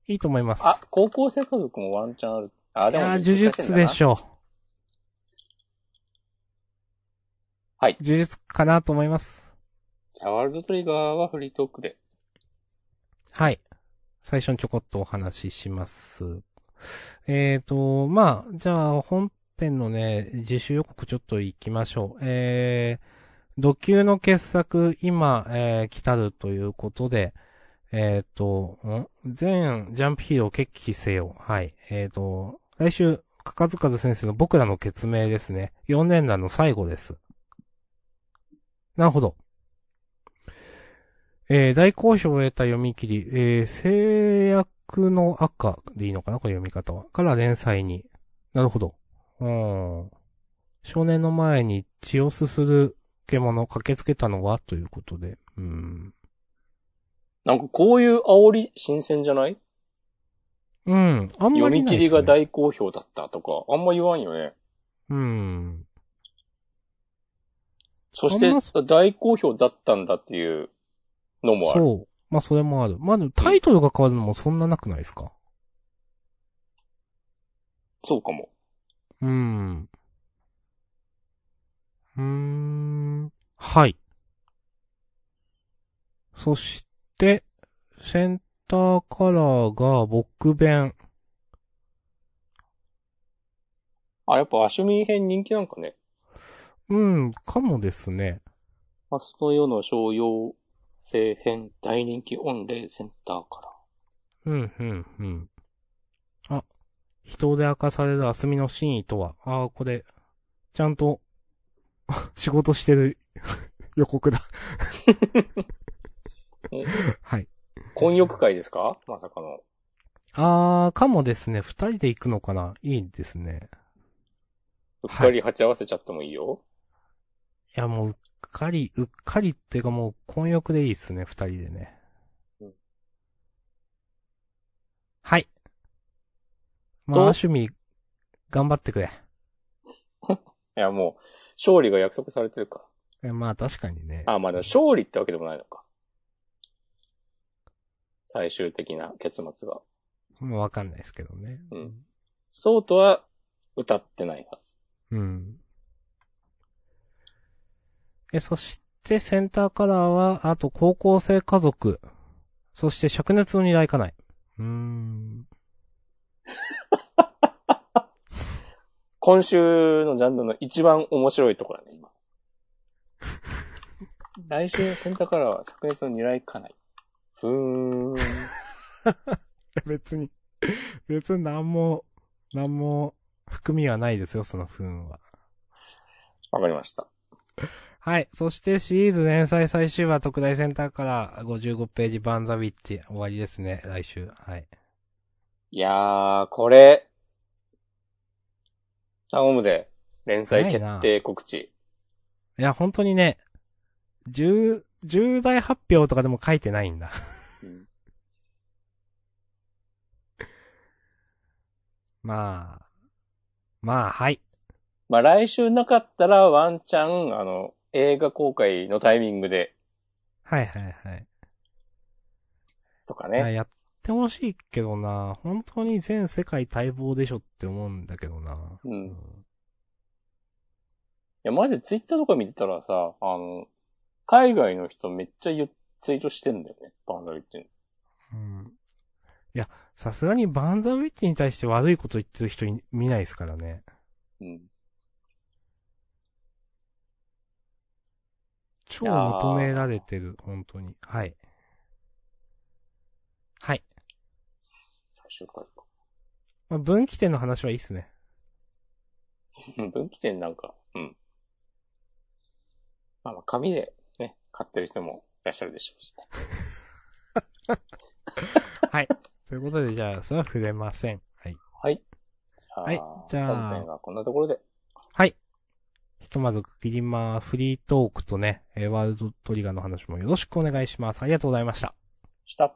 S1: いいと思います。
S2: あ、高校生家族もワンチャンある。あ、
S1: い
S2: でも
S1: やー、呪術で
S2: ょ。
S1: しょう。
S2: はい
S1: 呪術かなと思います。
S2: じゃあワールドトリガーはフリートークで。
S1: はい。最初にちょこっとお話しします。えーと、まあ、じゃあ本編のね、自主予告ちょっと行きましょう。えー、土級の傑作、今、えー、来たるということで、えーと、ん全ジャンプヒーロー決起せよ。はい。えーと、来週、かかずかず先生の僕らの決命ですね。4連弾の最後です。なるほど。えー大好評を得た読み切り、えー制約の赤でいいのかなこれ読み方は。から連載に。なるほど。うーん。少年の前に血をすする獣駆けつけたのはということで。うーん。
S2: なんかこういう煽り新鮮じゃない
S1: うん。あんま
S2: 読
S1: り
S2: み
S1: ない
S2: 切
S1: っすね、
S2: りが大好評だったとか、あんま言わんよね。
S1: うん。
S2: そし
S1: あ
S2: て
S1: んまそ、
S2: 大好評だったんだっていうのもある。
S1: そう。まあ、それもある。まあ、でもタイトルが変わるのもそんななくないですか
S2: そうかも。
S1: うーん。うーん。はい。そして、センターカラーが、僕弁。
S2: あ、やっぱアシュミン編人気なんかね。
S1: うん、かもですね。
S2: 明日の夜の商用性編大人気御礼センターから。
S1: うん、うん、うん。あ、人で明かされるあすみの真意とは。ああ、これ、ちゃんと、 (laughs) 仕事してる (laughs) 予告 (laughs) だ
S2: お。
S1: はい。
S2: 婚浴会ですかまさかの。
S1: あー、かもですね。二人で行くのかないいですね。
S2: うっかり鉢合わせちゃってもいいよ。
S1: いや、もう、うっかり、うっかりっていうかもう、混浴でいいっすね、二人でね。
S2: うん
S1: はい。まあ、
S2: どう
S1: 趣味、頑張ってくれ。
S2: いや、もう、勝利が約束されてるか
S1: えまあ、確かにね。
S2: ら。あ、まあ、でも勝利ってわけでもないのか。最終的な結末が。
S1: もうわかんないですけどね。
S2: うん。そうとは歌ってないはず。
S1: うん。え、そして、センターカラーは、あと、高校生家族。そして、灼熱の二台家内。うーん。
S2: 今週のジャンルの一番面白いところだね、今。来週、センターカラーは灼熱の狙いかない。ふーん。
S1: 別に、別に何も、何も、含みはないですよ、その不運は。
S2: わかりました。
S1: はい。そしてシリーズ連載最終話特大センターから55ページバンザウィッチ終わりですね。来週。はい。
S2: いやー、これ、頼むぜ。連載決定告知。
S1: いや、本当にね、重、重大発表とかでも書いてないんだ。
S2: うん
S1: まあ、まあ、はい。
S2: まあ、来週なかったらワンチャン、あの、映画公開のタイミングで、
S1: はいはいはい。
S2: とか
S1: いや
S2: ね。
S1: やってほしいけどな。本当に全世界待望でしょって思うんだけどな。
S2: う
S1: うん
S2: ん。いや、マジでツイッターとか見てたらさ、あの、海外の人めっちゃゆツイートしてんだよね、バンダリっていう
S1: うん。いや、さすがにバンザウィッチに対して悪いこと言ってる人い見ないですからね。
S2: の。うん。
S1: 超求められてる、本当に。はい。はい。
S2: 最終回か。
S1: まあ、分岐点の話はいいっすね。
S2: うん分岐点なんか、うん。まあまあ、紙でね、買ってる人もいらっしゃるでしょうしね。
S1: はい。ということで、じゃあ、それは触れません。はい。
S2: はい。じゃあ、
S1: はいじゃあ
S2: 本編はこんなところで。
S1: はい。ひとまず区切りまーフリートークとね、えーワールドトリガーの話もよろしくお願いします。ありがとうございました。
S2: した。